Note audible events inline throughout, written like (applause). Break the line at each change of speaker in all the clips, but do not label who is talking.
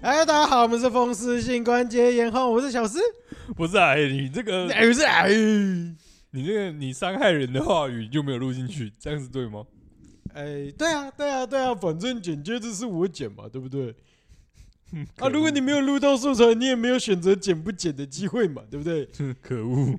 哎好，我们是风湿性关节炎后，我是小诗。
不是啊，哎你这个
哎，我是哎，
你这个你伤害人的话语就没有录
(laughs)
进去，这样子对吗？
哎，对啊，对啊，对啊，反正剪接这是我剪嘛，对不
(laughs)
对？
可
啊，
恶
如果你没有录到素材，你也没有选择剪不剪的机会嘛，对不对？
可恶，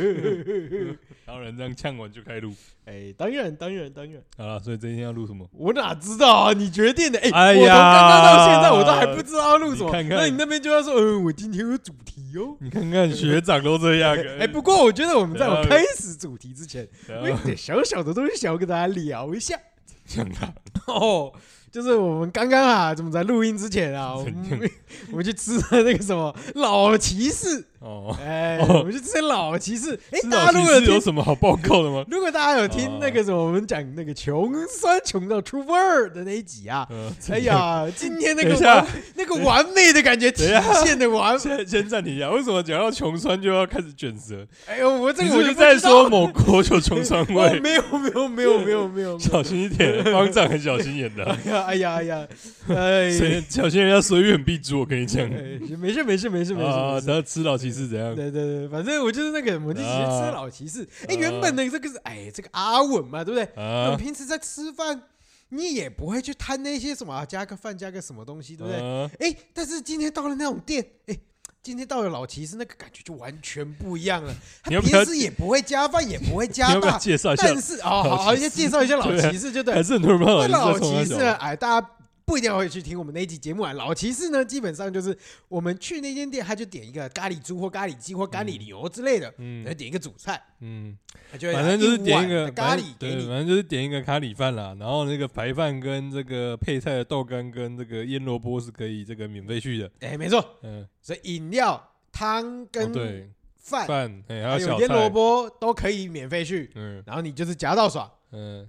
(laughs) 当然这样呛完就开录。
哎，当然，当然，当然，
好了，所以这一天要录什么？
我哪知道啊？你决定的。哎，
哎呀
我从刚刚到现在，我都还不知道要录什么。
你看看
那你那边就要说，嗯，我今天有主题哦。
你看看学长都这样，
(laughs) 哎、不过我觉得我们在我开始主题之前，
然
我
后
有点小小的东西想要跟大家聊一下
(laughs) 讲
(laughs)
他
哦， (laughs) 就是我们刚刚啊，怎么在录音之前啊，
(laughs)
我
怎
们 (laughs) 我们去吃了那个什么老骑士，
哦，
哎、
哦
我们去吃老骑士，哎、
知
大
道
家如果有
其实有
听，
什么好报告的吗？
(laughs) 如果大家有听
哦
那个什么，我们讲那个穷酸穷到出味儿的那一集啊。
嗯，
哎呀，今天那
等
个
一下
完那个完美的感觉体
(laughs) 等一下
现的完，
(laughs) 先先暂停一下，为什么讲到穷酸就要开始卷舌？
哎呦，我这
你
个我就
是不
是不知
在
道
说某国有穷
(laughs)
酸
哦，
味？
没有没有没有没有没有，没
(laughs)
有
小心一点，方丈很小心眼的啊，
(laughs) 哎呀哎呀哎呀，哎，
谁小心人家随远必诛，我跟你讲。
哎没事没事没事没
啊，
事没事。
他吃老骑士怎样？
(laughs) 对对对，反正我就是那个，我就直接吃老骑士。哎，
啊
原本的这个是哎，这个阿稳嘛，对不对？我们
啊，
平时在吃饭，你也不会去贪那些什么啊加个饭加个什么东西，对不对？
啊
哎，但是今天到了那种店，哎。今天到了老骑士，那个感觉就完全不一样了。他
你要不要
平时也不会加饭，也不会
你
加
要不要
大，
介绍一下？
但是哦，好好，
老骑士
先介绍一下老
对啊
骑士，就对了
还。是很多人不知 (laughs) 道
那老
骑
骑
士
士呢？哎，大家不一定会去听我们那一集节目啊。老骑士呢，基本上就是我们去那间店，他就点一个咖喱猪或咖喱鸡或咖喱牛之类的，然后
嗯
点一个主菜，
嗯，
他就会
反正就是点
一
一
啊碗
个
的咖
反
喱
正
给
对，
你。
反正就是点一个咖喱饭啦。然后那个白饭跟这个配菜的豆干跟这个腌萝卜是可以这个免费去的。
哎，没错，
嗯，
所以饮料、汤
哦
跟
对，
饭
饭哎还
还
有
有
小
腌萝
菜。
卜都可以免费去，
嗯
然后你就是夹到爽。
嗯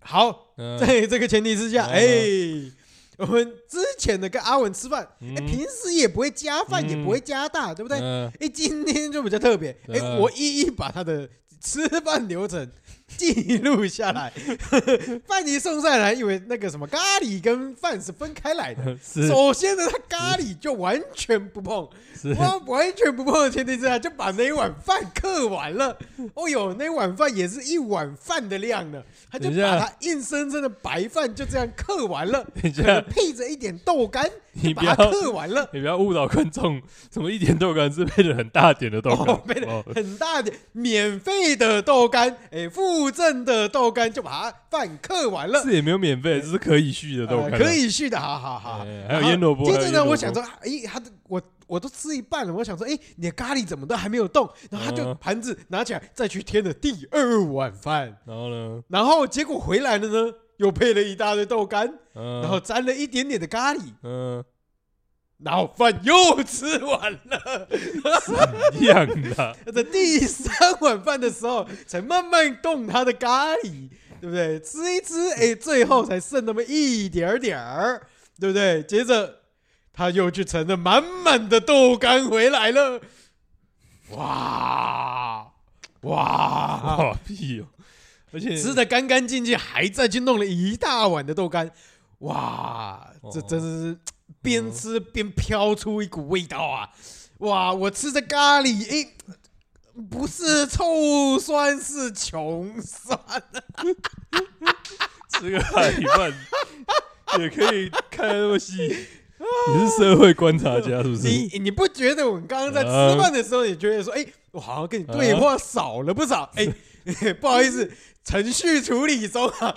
好， (laughs)
嗯，
在这个前提之下，
嗯
哎。我们之前的跟阿文吃饭，哎，平时也不会加饭，也不会加大，对不对？
嗯 (laughs)
哎、今天就比较特别，哎、
对啊
我一一把他的吃饭流程记录下来， (laughs) 饭一送上来，因为那个什么咖喱跟饭是分开来的。
(laughs) 是
首先呢，他咖喱就完全不碰，
是
完完全不碰的前提之下，就把那一碗饭嗑完了。哦哟，那碗饭也是一碗饭的量呢，他就
等一
把
下
他硬生生的白饭就这样嗑完了，
等一
可能
下，
配着一点豆干，
你
把
不
它
要
嗑完了。
你不要误导观众，什么一点豆干是配的很大点的豆
哦
干，，
配的
哦 (laughs)
很大的免费的豆干，哎、附赠的豆干就把它饭嗑完了。
是也没有免费，这是可以续的豆干
哎呃
啊，
可以续的，好好好。
哎还有腌萝卜
接
还
着呢，
有腌萝卜
我想说，哎，他的我我都吃一半了，我想说，哎，你的咖喱怎么都还没有动？然后他就
嗯
盘子拿起来再去添了第二碗饭，
然后呢，
然后结果回来了呢，又配了一大堆豆干，
嗯，
然后沾了一点点的咖喱，
嗯，
然后饭又吃完了。
一样
(laughs)
的，
在第三碗饭的时候，才慢慢动他的咖喱，对不对？吃一吃，哎，最后才剩那么一点儿点儿，对不对？接着他又去盛了满满的豆干回来了，哇哇！
哇屁哦！而且
吃的干干净净，还再去弄了一大碗的豆干，哇！这
哦
真是边吃边飘出一股味道啊！哇，我吃着咖喱，诶、不是臭酸，是穷酸。
吃个海
(laughs)
饭也可以看得那么细，你是社会观察家是不是？
啊你你不觉得我们刚刚在吃饭的时候，也觉得说，诶，我好像跟你对话少了不少？诶，不好意思，程序处理中啊，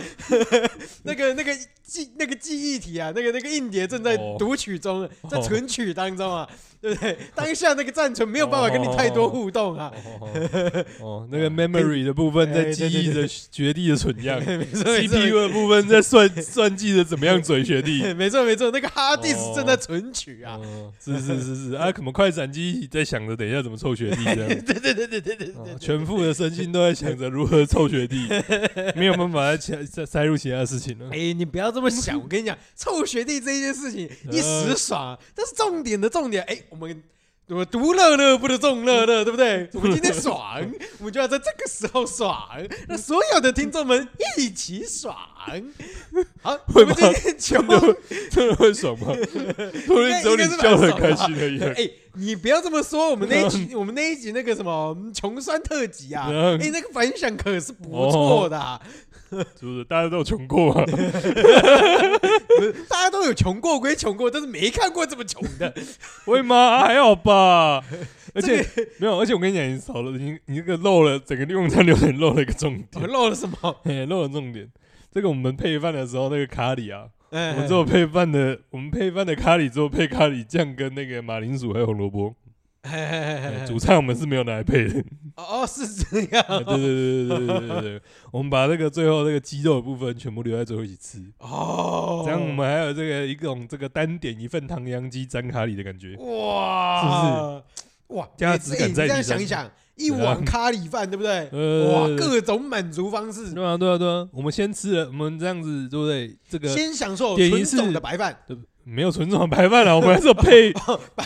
那个那个记那个记忆体啊，那个那个硬碟正在
哦
读取中，在
哦
存取当中啊，对不对？当下那个暂存没有办法跟你太多互动啊
哦。哦哦哦，
(laughs)
那个 memory 的部分在
哎哎对
记
对
忆
对
的绝地的蠢
(laughs)
样
没错没错
，CPU 的部分在算 (laughs) 算计的怎么样嘴
(laughs)
学弟。
没错没错，那个 hard
哦
disk 正在存取啊。
哦，是是是是啊，可能快闪机在想着等一下怎么凑学弟这样。
对对对对对对对
哦
对，
全副的身心都在想着如何凑学弟，没有办法再其塞塞入其他事情 (laughs) 了
哎、。你不要这么
(laughs)
想，我跟你讲，臭学弟这件事情一时
呃
爽，但是重点的重点，哎、我们我独乐乐不如众乐
嗯
乐，对不
(laughs)
对？我们今天爽，我们就要在这个时候爽，让所有的听众们一起
(laughs)
爽。好，我
会
们
吗
今天求
真的会真的会爽吗？突然只有你笑得很开心而
(laughs)
已。
哎，你不要这么说，我们那一集，我们那一集那个什么嗯穷酸特辑啊，
嗯哦
哎，那个反响可是不错的啊、
是不是？大家都有穷过啊，
不是 (laughs) 大家都有穷过归穷过，但是没看过这么穷
(laughs)
的。
会吗？还好吧。而
这
且
个
没有，而且我跟你讲，你少了，你你这个漏了整个用餐流程漏了一个重
我们
点，
漏了什么？
嘿，漏了重点。这个我们配饭的时候，那个咖喱啊，我
哎
们只有配饭的，我们配饭的咖喱只有配咖喱酱跟那个马铃薯还有红萝卜，
哎哎哎哎
哎
哎
主菜我们是没有拿来配的。
哦，哦是这样
啊 (laughs) 对对对对对对对对，我们把那个最后那个鸡肉的部分全部留在最后一起吃，
哦，
这样我们还有这个一种这个单点一份唐扬鸡沾咖喱的感觉。
哦哇，是不是？哇，
价值感
你
在
这样
你身
想一想，一
对啊
碗咖喱饭，对不对？哇，
呃
各种满足方式，
对啊对啊对啊，我们先吃了，我们这样子对不对？这个
先享受
点
纯
一
种
是
的白饭， (laughs)
对没有纯种白饭了，我们还是有配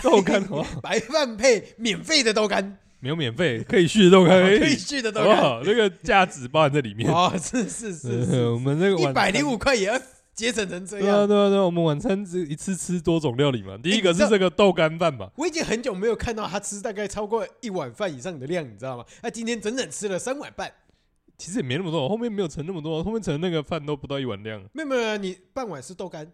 豆干好不
(laughs)
好，
白饭配免费的豆干，
没有免费可以续的豆干，
哦可
可
以
以
续的豆
哎好不
干。
好？那个价值包含在里面。
哦，是是是
呃
是，
我们这个
一
(laughs) 晚
百
餐
零五块也要节省成这
对啊，
样。
对啊，对啊，我们晚餐只一次吃多种料理嘛。第
哎
一
你
个
知道
是这个豆干饭嘛，
我已经很久没有看到他吃大概超过一碗饭以上的量，你知道吗？他今天整整吃了三碗半，
其实也没那么多，后面没有盛那么多，后面盛那个饭都不到一碗量。
没有没有没有，你半碗是豆干，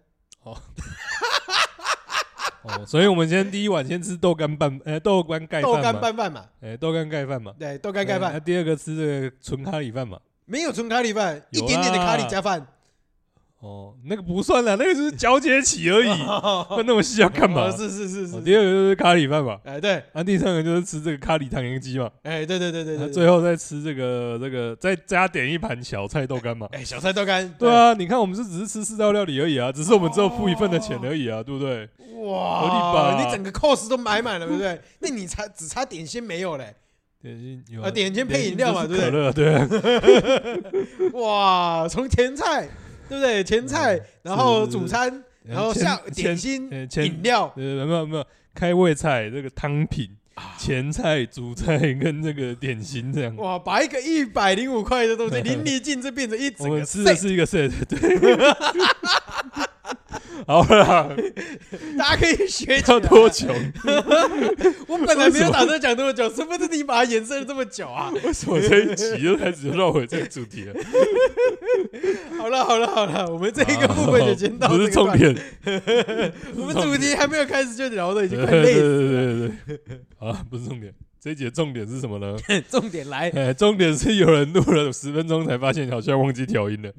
哦，所以我们先第一碗先吃豆干拌， (laughs) 呃，豆干盖
豆
饭
干
嘛，
拌饭嘛，
哎，豆干盖饭嘛，
对，豆干盖
哎那
饭，
第二个吃这个纯咖喱饭嘛，
没有纯咖喱饭，一
有啊
点点的咖喱
啦
加饭，
哦，那个不算了，那个就是交接起而已，
(laughs) 哦
分那么细要干嘛？
哦是是是
哦
是，
第二个就是咖喱饭嘛，
哎对，
啊，第三个就是吃这个咖喱糖盐鸡嘛，
哎对对对对
啊
对，
最后再吃这个这个再加点一盘小菜豆干嘛。
(laughs) 哎小菜豆干，
对，啊，你看我们是只是吃四道料理而已啊，只是我们只有付一份的钱而已啊，对不对？
哇，
合理吧
你整个 cos 都买满了，对不
(laughs)
对？那你差只差点心没有嘞，
点心有
啊点心配饮料嘛
点
对
心就是可乐对啊，
哇，从前菜对不对？前菜，然后
嗯是是
主餐，然后
前
下
前
点心、
呃前
饮料，
呃没有没有开胃菜这个汤品、前菜、主菜跟这个点心这样。
啊哇，把一个一百零五块的东
(laughs)
西淋漓尽致，变成一
我
整个
们吃的
set
是一个 set，对。 (laughs)
(laughs)
好了，
大家可以学起
要
来。
多穷？
啊我本来没有打算讲这么久，殊不知你把它延伸了这么久 (laughs) 啊！
为什么这一集又开始绕回这个主题
(laughs)
了？
好了好了好了，我们这一个部分就先 (laughs) 到这
啊不
个
是重
段
点，
我们主题还没有开始就聊的已
对
经
对
快累 (laughs) 死。
对对对对，啊，不是重点。这一集的重点是什么呢？ (laughs)
重点来，
哎，重点是有人录了十分钟才发现好像忘记调音了。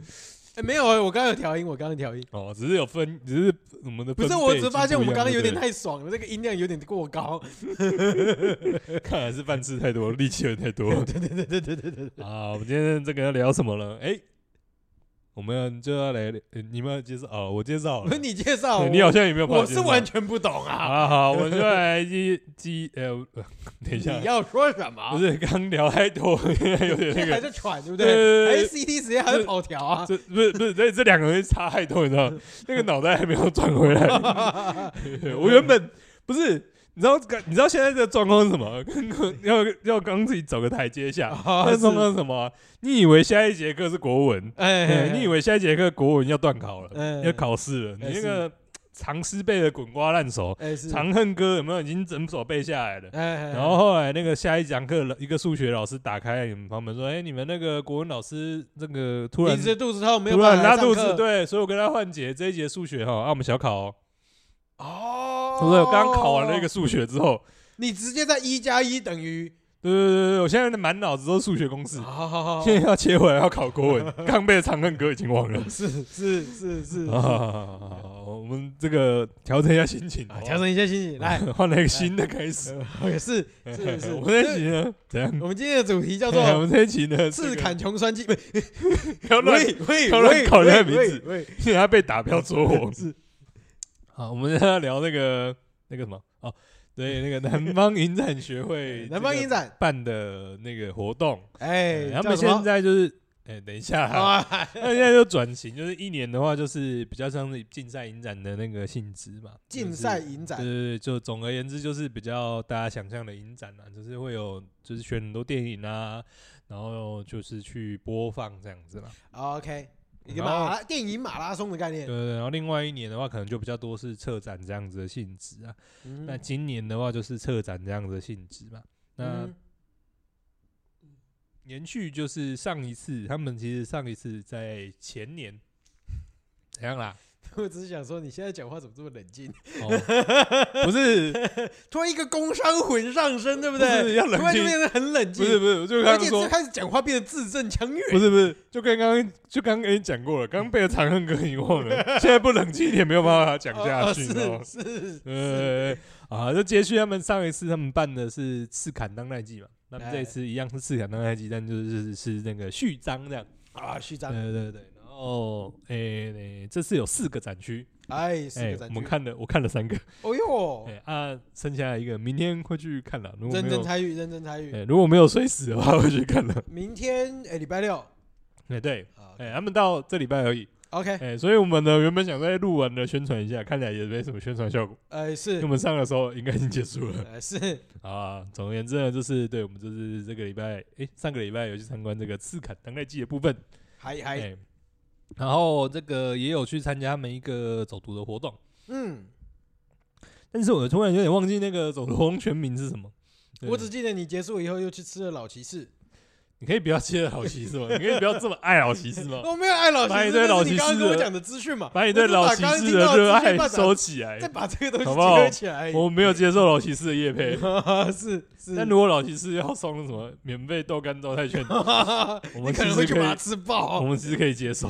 哎没有，我刚刚有调音，我刚刚有调音。
哦，只是有分，只是我们的
不
分
是，
贝
我只发现我们
已经不一样
刚刚有点
了
太爽了，这个音量有点过高。 (laughs)
对看来是饭吃太多，力气有点太多。
对对对对对对对，
啊，我们今天这个要聊什么了？哎，我们就要来，呃你们要介绍哦，我介绍
我
了
说， (laughs) 你介绍
对
我，
你好像也没有办法
我
介
是
绍，
完全不懂啊。
啊，好，我就来记记，呃，呃等一下
你，要说什
不
(laughs) 么？
是刚聊太多， (laughs) 有点那
现在还
个，
在喘，对不
对
对？
对
(laughs) 还
对
是 CT 时间还在跑调 (laughs) 啊？
这不是不是，这这两个人差太多，你知道吗，那个脑袋还没有转回来。
(laughs)
我原本不是，你知道，你知道现在这个状况是什么？ (laughs) 要要刚自己找个台阶下，
啊
那
是
状况是什么啊？你以为下一节课是国文，
哎
哎，你以为下一节课国文要断考
哎
了，要考试了，
哎
你那个唐诗背的滚瓜烂熟，
哎是
《
哎
长恨歌》有没有已经整首背下来了？
哎，
然后后来那个下一讲课，一个数学老师打开你们房门说：“哎，你们那个国文老师那个突然
一直肚子痛，没有
突然
办法来
拉
上
肚
课
子，对，所以我跟他换节这一节数学哈，啊，我们小考哦，
哦，
对不对？我刚考完了一个，数学之后，
你直接在一加一等于，哦
对对对对，我现在满脑子都是数学公式，
好好好，
现在要切回来要考国文，刚背的《长恨歌》已经忘了。
(laughs) 是是是是，
啊，好我们这个调整一下心情，好
啊
不好
调整一下心情，来，呃
换了一个新的开始。
也
(laughs)
是是是，
哦我们这一集呢怎样？
我们今天的主题叫
(laughs) 哎我
做
们这一集呢，
赤
砍，
坎穷酸记，不是
不要乱
喂喂
不要乱
喂
考人家
喂
名字
喂喂。
现在被打，不要捉我
是
好，我们现在聊那个那个什么哦，对，那个南方影展学会，
南方影展
办的那个活动，
哎
呃，他
叫
们
什么
现在就是，哎、哎、等一下啦，
(laughs) 啊，
那现在就转型，就是一年的话，就是比较像是竞赛影展的那个性质嘛。
竞赛
就是
影
对
展，
对对，就总而言之，就是比较大家想象的影展啊，就是会有就是选很多电影啊，然后就是去播放这样子啦。
哦 OK，一个
然后
马拉电影马拉松的概
对
念。
对对，然后另外一年的话，可能就比较多是策展这样子的性质啊。
嗯
那今年的话，就是策展这样子的性质嘛。那
嗯 (laughs)
延续就是上一次，他们其实上一次在前年怎样啦？
我只是想说，你现在讲话怎么这么冷静？ (laughs)
哦，不是，
突然一个工商魂上身，对不
不
对？
是要
突
冷
然就
静
变，得很冷
不是
静，
不是，我就
而
刚
且最
刚说，
开始讲话变得字正腔圆。
不是不是，就跟刚刚就刚刚跟你讲过了，刚刚被长恨歌遗忘
(laughs)
了，现在不冷静一点没有办法讲下
哦
去，你知道吗
是是是，
呃啊，就接续他们上一次他们办的是赤坎当代记嘛，那
哎
么这一次一样是赤坎当代记，但就是是那个序章这样，
啊，序章，
对对对，然后诶、诶这次有四个展区，
哎，四
哎、
个展
我
区
们，看了我看了三个，
哦呦，
哎、啊，剩下一个明天会去看了，如果
认
没
真
有。
参与，认真参
哎、
与。
如果没有睡死的话，会去看了。
明天哎，礼拜六
哎、对，
啊
哎、他们到这礼拜而已，
，OK，
哎、所以我们呢原本想在录完了宣传一下，看起来也没什么宣传效果。
哎
因
是
为我，们上的时候应该已经结束了
哎是，
啊。总而言之呢，就是对我们就是这个礼拜，哎、上个礼拜有去参观这个刺砍当代记的部分，
还
哎、
还，
然后这个也有去参加他们一个走读的活动，
嗯，
但是我突然有点忘记那个走读活动全名是什么。对
我只记得你结束以后又去吃了老骑士，
你可以不要切老骑士吗？你可以不要这么爱老骑士
(laughs)
吗？
我没有爱老骑
把
士，
你对
这
老
是
骑
你
士
刚刚跟我
的
讲的资讯嘛，
把你
我
对
就
老
把
骑
刚刚
士
听到
的
资
热
讯
爱
把它
收起来
再。把这个东
好
西
不好
结合起来。
我没有接受老骑士的夜配，
是是，
但如果老骑士要送什么免费豆干招待券，我
你
们
可
其
能
实
会去
可
把它
以，
吃
我
爆。
们其实可以接受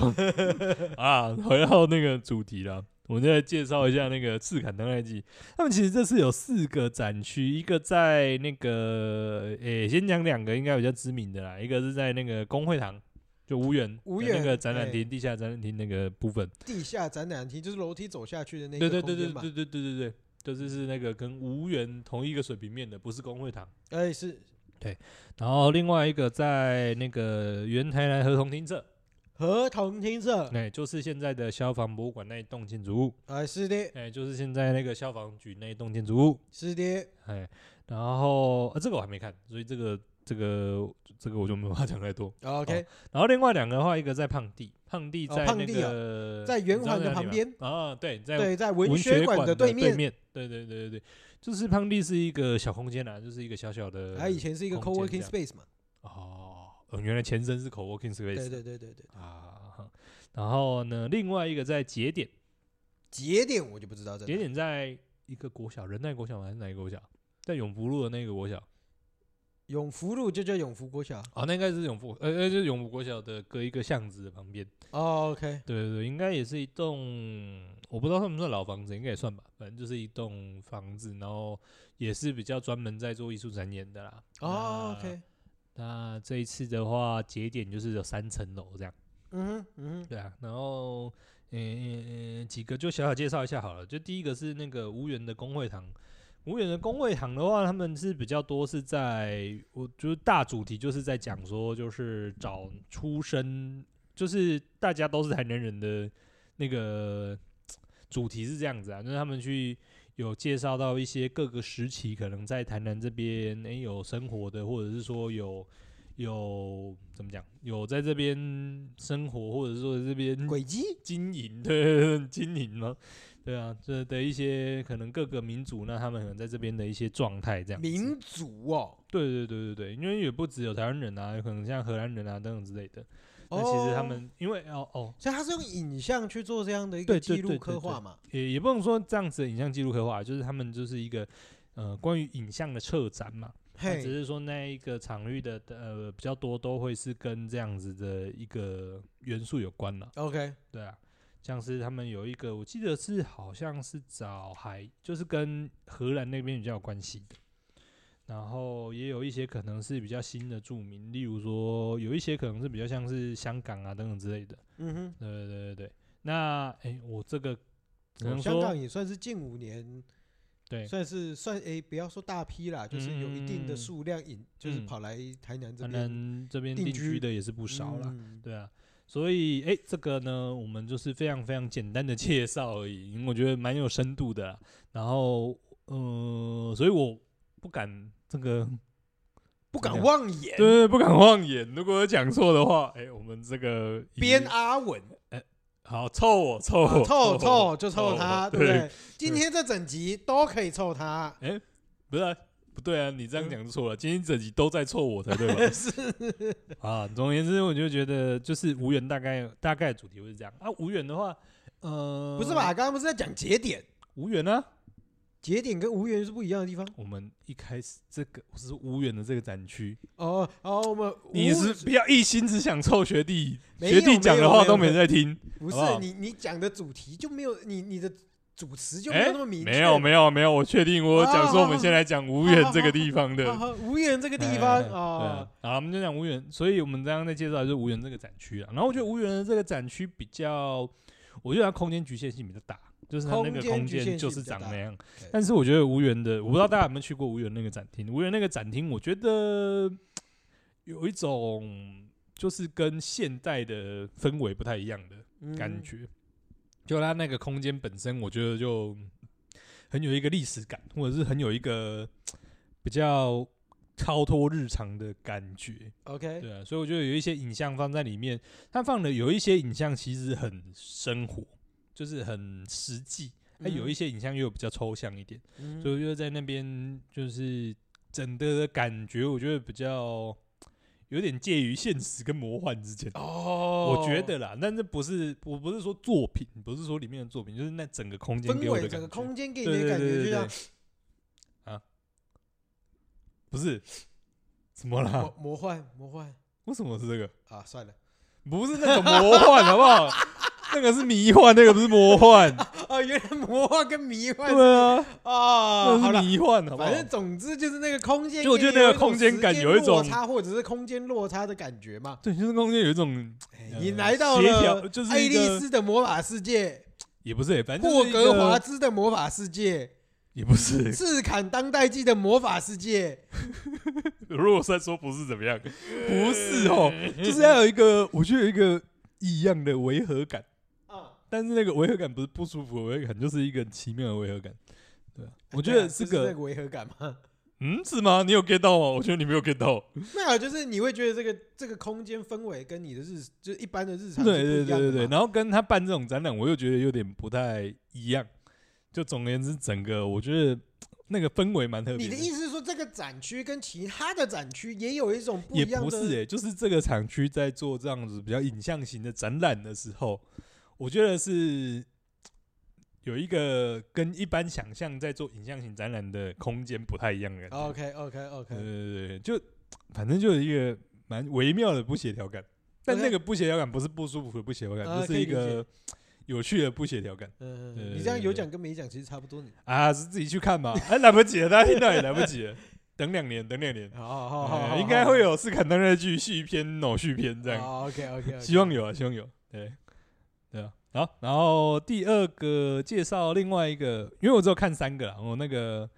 啊。回到那个主题啦，我们就来介绍一下那个赤坎当代记。他们其实这次有四个展区，一个在那个，诶、先讲两个应该比较知名的啦，一个是在那个工会堂，就无缘
无
那个
缘
展览
哎
厅、地下展览厅那个部分。
地下展览厅就是楼梯走下去的那
对
个
对
空
对对
间嘛
对对对对对，就是是那个跟无缘同一个水平面的，不是工会堂。
哎是
然后另外一个在那个原台南合同厅舍，
合同厅舍，
哎，就是现在的消防博物馆那一栋建筑物，
哎是的，
哎，就是现在那个消防局那一栋建筑物，
是的，
哎，然后、啊、这个我还没看，所以这个这个这个我就没办法讲太多。 (laughs)
OK，
然后另外两个的话，一个在胖地，胖地
哦
在
胖
那
地啊
个、
在圆
你知道
环的
哪里
旁
吗
边
啊，对，在
对，在
文
文学馆
的
的对
面
面，，
对对对对对，就是胖地是一个小空间啦、就是一个小小的，
它以前是一个
空间
co-working
这
space 嘛，
哦、呃原来前身是口 working space，
对对对对对，
啊，哈然后呢，另外一个在节点，
节点我就不知道在
节
哪，
点在一个国小，仁爱国小吗还是哪一个国小？在永福路的那个国小，
永福路就叫永福国小
哦，那应该是永福，呃，呃就是永福国小的隔一个巷子的旁边。
哦，OK，
对对对，应该也是一栋，我不知道算不算老房子，应该也算吧。反正就是一栋房子，然后也是比较专门在做艺术展演的啦。
哦
那
OK，
那这一次的话，节点就是有三层楼这样。
嗯哼嗯哼，
对啊，然后嗯、呃几个就小小介绍一下好了。就第一个是那个无缘的工会堂，无缘的工会堂的话，他们是比较多是在我就是大主题就是在讲说，就是找出身，就是大家都是台南人的那个主题是这样子啊，就是他们去。有介绍到一些各个时期可能在台南这边诶、有生活的，或者是说有有怎么讲，有在这边生活，或者是说在这边
轨迹
经营，对对对， (laughs) 经营嘛，对啊，这的一些可能各个民族，那他们可能在这边的一些状态这样子。
民族哦，
对对对对对，因为也不只有台湾人啊，有可能像荷兰人啊等等之类的。那
哦
其实他们因为哦哦，
所以他是用影像去做这样的一
对
个
对
记
对
录
对
刻
对
画嘛？
也也不能说这样子的影像记录刻画，就是他们就是一个呃关于影像的策展嘛。那
嘿，
只是说那一个场域的呃比较多都会是跟这样子的一个元素有关了。
OK，
对啊，像是他们有一个，我记得是好像是找海，就是跟荷兰那边比较有关系的。然后也有一些可能是比较新的著名，例如说有一些可能是比较像是香港啊等等之类的。
嗯哼，
对对对对对。那哎，我这个只能
哦香
说
港也算是近五年
对，
算是算诶，不要说大批啦，就是有一定的
嗯
数量引，就是
嗯
跑来台南这边
台南这边
定
定
居
居的也是不少啦。
嗯
对啊，所以哎、诶这个呢，我们就是非常非常简单的介绍而已，因为我觉得蛮有深度的啦。然后，呃，所以我不敢这个，
不敢
怎么
妄言。
对，不敢妄言。如果有讲错的话，哎、我们这个已
编阿文，
好凑我凑我
啊凑
我
凑就凑他，
哦对
对不对？今天这整集都可以凑他，
不是啊、不对啊，你这样
嗯
讲就错了。今天整集都在凑我才对
(laughs)
吧？
是
啊，总而言之，我就觉得就是无缘，大概大概主题会是这样啊。无缘的话，呃，
不是吧？？刚刚不是在讲节点，
无缘啊，
节点跟无缘是不一样的地方。
我们一开始这个我是无缘的这个展区，
哦哦，我们无
你是不要一心只想凑学弟，
没有
学弟讲的话都没人在听，
不是
好不好
你你讲的主题就没有你你的主持就没
哎
有那么明确，
没有没有没有，我确定我
啊
讲说我
好
们
好
先来讲无缘这个地方的
啊哈无缘这个地
哎
方啊，
哎哎对啊，好我们就讲无缘，所以我们刚刚在介绍的就是无缘这个展区啊。然后我觉得无缘的这个展区比较，我觉得它空间局限性比较大，就是它那
空
个
间
空
局
间
限
就
性
是
比较
长
大
那样
对。
但是我觉得无缘的，我不知道大家有没有去过无缘那个展厅。无缘那个展厅，我觉得有一种就是跟现代的氛围不太一样的
嗯
感觉。就它那个空间本身，我觉得就很有一个历史感，或者是很有一个比较超脱日常的感觉。
OK，
对啊，所以我觉得有一些影像放在里面，它放的有一些影像其实很生活，就是很实际。那、哎有一些影像又比较抽象一点，
嗯
所以我觉得在那边就是整个的感觉，我觉得比较有点介于现实跟魔幻之间。
哦，
我觉得啦，但是不是我不是说作品，不是说里面的作品，就是那整个空间给
氛
我
围
的
整
感
个
觉，
空间给
对
你的
对
感
对
觉
对
就像
对，啊，不是，怎么啦
魔？魔幻魔幻
为什么是这个？
啊，算了 (laughs)
不是那种魔幻，好不好？ (laughs) 那个是迷幻，那个不是
(laughs)
魔幻，
哦，原来魔幻跟迷幻
对啊，
啊，好
那
了
是。迷幻，好不好
反？正总之就是那个空间给你
就
有
我
一种时间落差，
觉得那个空间感有一种
差，或者是空间落差的感觉嘛。
对，就是空间有一种
哎
呃
你来到
协
了
调就是
爱
一个
丽丝的魔法世界，
也不是，反正
霍
就是一个
格华兹的魔法世界，
(laughs) 也不是。
(laughs) 赤坎当代记的魔法世界。
如果再说不是怎么样，不是哦，就是要有一个，我觉得有一个异样的违和感。
啊，
但是那个违和感不是不舒服的违和感，就是一个很奇妙的违和感。对啊，我觉
对啊
得
就是那
个，
个违和感嘛。
嗯，是吗？你有 get 到吗？我觉得你没有 get 到。
没有，就是你会觉得这个这个空间氛围跟你的日，就是一般的日常
对
是不一
对
样
对
的
对
嘛
对，然后跟他办这种展览，我又觉得有点不太一样。就总而言之，整个我觉得那个氛围蛮特别
你的意思是说，这个展区跟其他的展区也有一种不
也
一样
不
的？
是诶、欸就是这个厂区在做这样子比较影像型的展览的时候，我觉得是有一个跟一般想象在做影像型展览的空间不太一样的感觉。
OK OK
对
OK，
对对，就反正就有一个蛮微妙的不协调感，但
OK
那个不协调感不是不舒服的不协调感，
啊可
就是
以
一
理
个有趣的不协调感
嗯，
对对
你这样有
对对
讲跟没讲其实差不多。你
(laughs) 啊，是自己去看吧，哎，来不及了，大家听到也来不及了，等两年，等两年，
好哦好好好，哦
哎应该会
有
有斯坎登的剧续篇、脑续篇这样。
OK OK，
希望有啊，希望有。对，对啊。好，然后第二个介绍另外一个，因为我只有看三个啦，我那个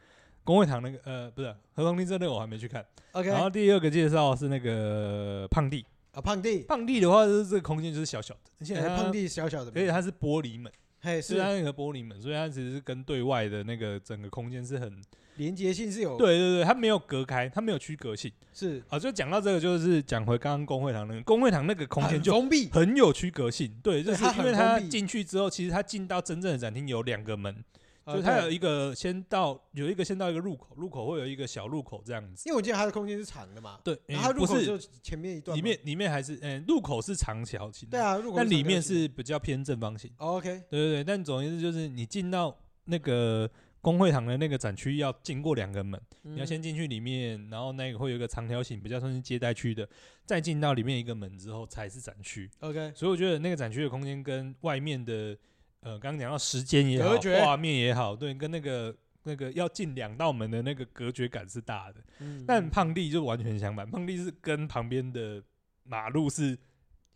公会堂那个呃不是合同厅这那个我还没去看。
OK
然后第二个介绍是那个胖弟，
啊，胖弟，
胖弟的话就是这个空间就是小小的，而且
哎
它
胖，弟小小的
而且
嘛，
它是玻璃门，
嘿，
是
是
它那个玻璃门，所以它其实是跟对外的那个整个空间是很，
连接性是有，
对对对，它没有隔开，它没有区隔性。
是
啊，就讲到这个，就是讲回刚刚公会堂那个，公会堂那个空间
很
就
封闭，
啊很有区隔性，对，
对
就是
它
因
很
为它
封闭
进去之后，其实它进到真正的展厅有两个门，
啊
就是它有
对
一个先到有一个先到一个入口，入口会有一个小入口这样子。
因为我记得它的空间是长的嘛，
对，
然后
诶
它入
不
口
是
就前面一段嘛，
里面里面还是嗯、入口是长条形，
啊对，啊，入口
但里面
长条形
是比较偏正方形。
哦 OK，
对对对，但总而言之就是你进到那个工会堂的那个展区要经过两个门，
你
你要先进去里面，然后那个会有一个长条形比较算是接待区的，再进到里面一个门之后才是展区。
OK
所以我觉得那个展区的空间跟外面的，呃，刚刚讲到时间也好
隔绝，
画面也好，对，跟那个那个要进两道门的那个隔绝感是大的。
嗯。
但胖弟就完全相反，胖弟是跟旁边的马路是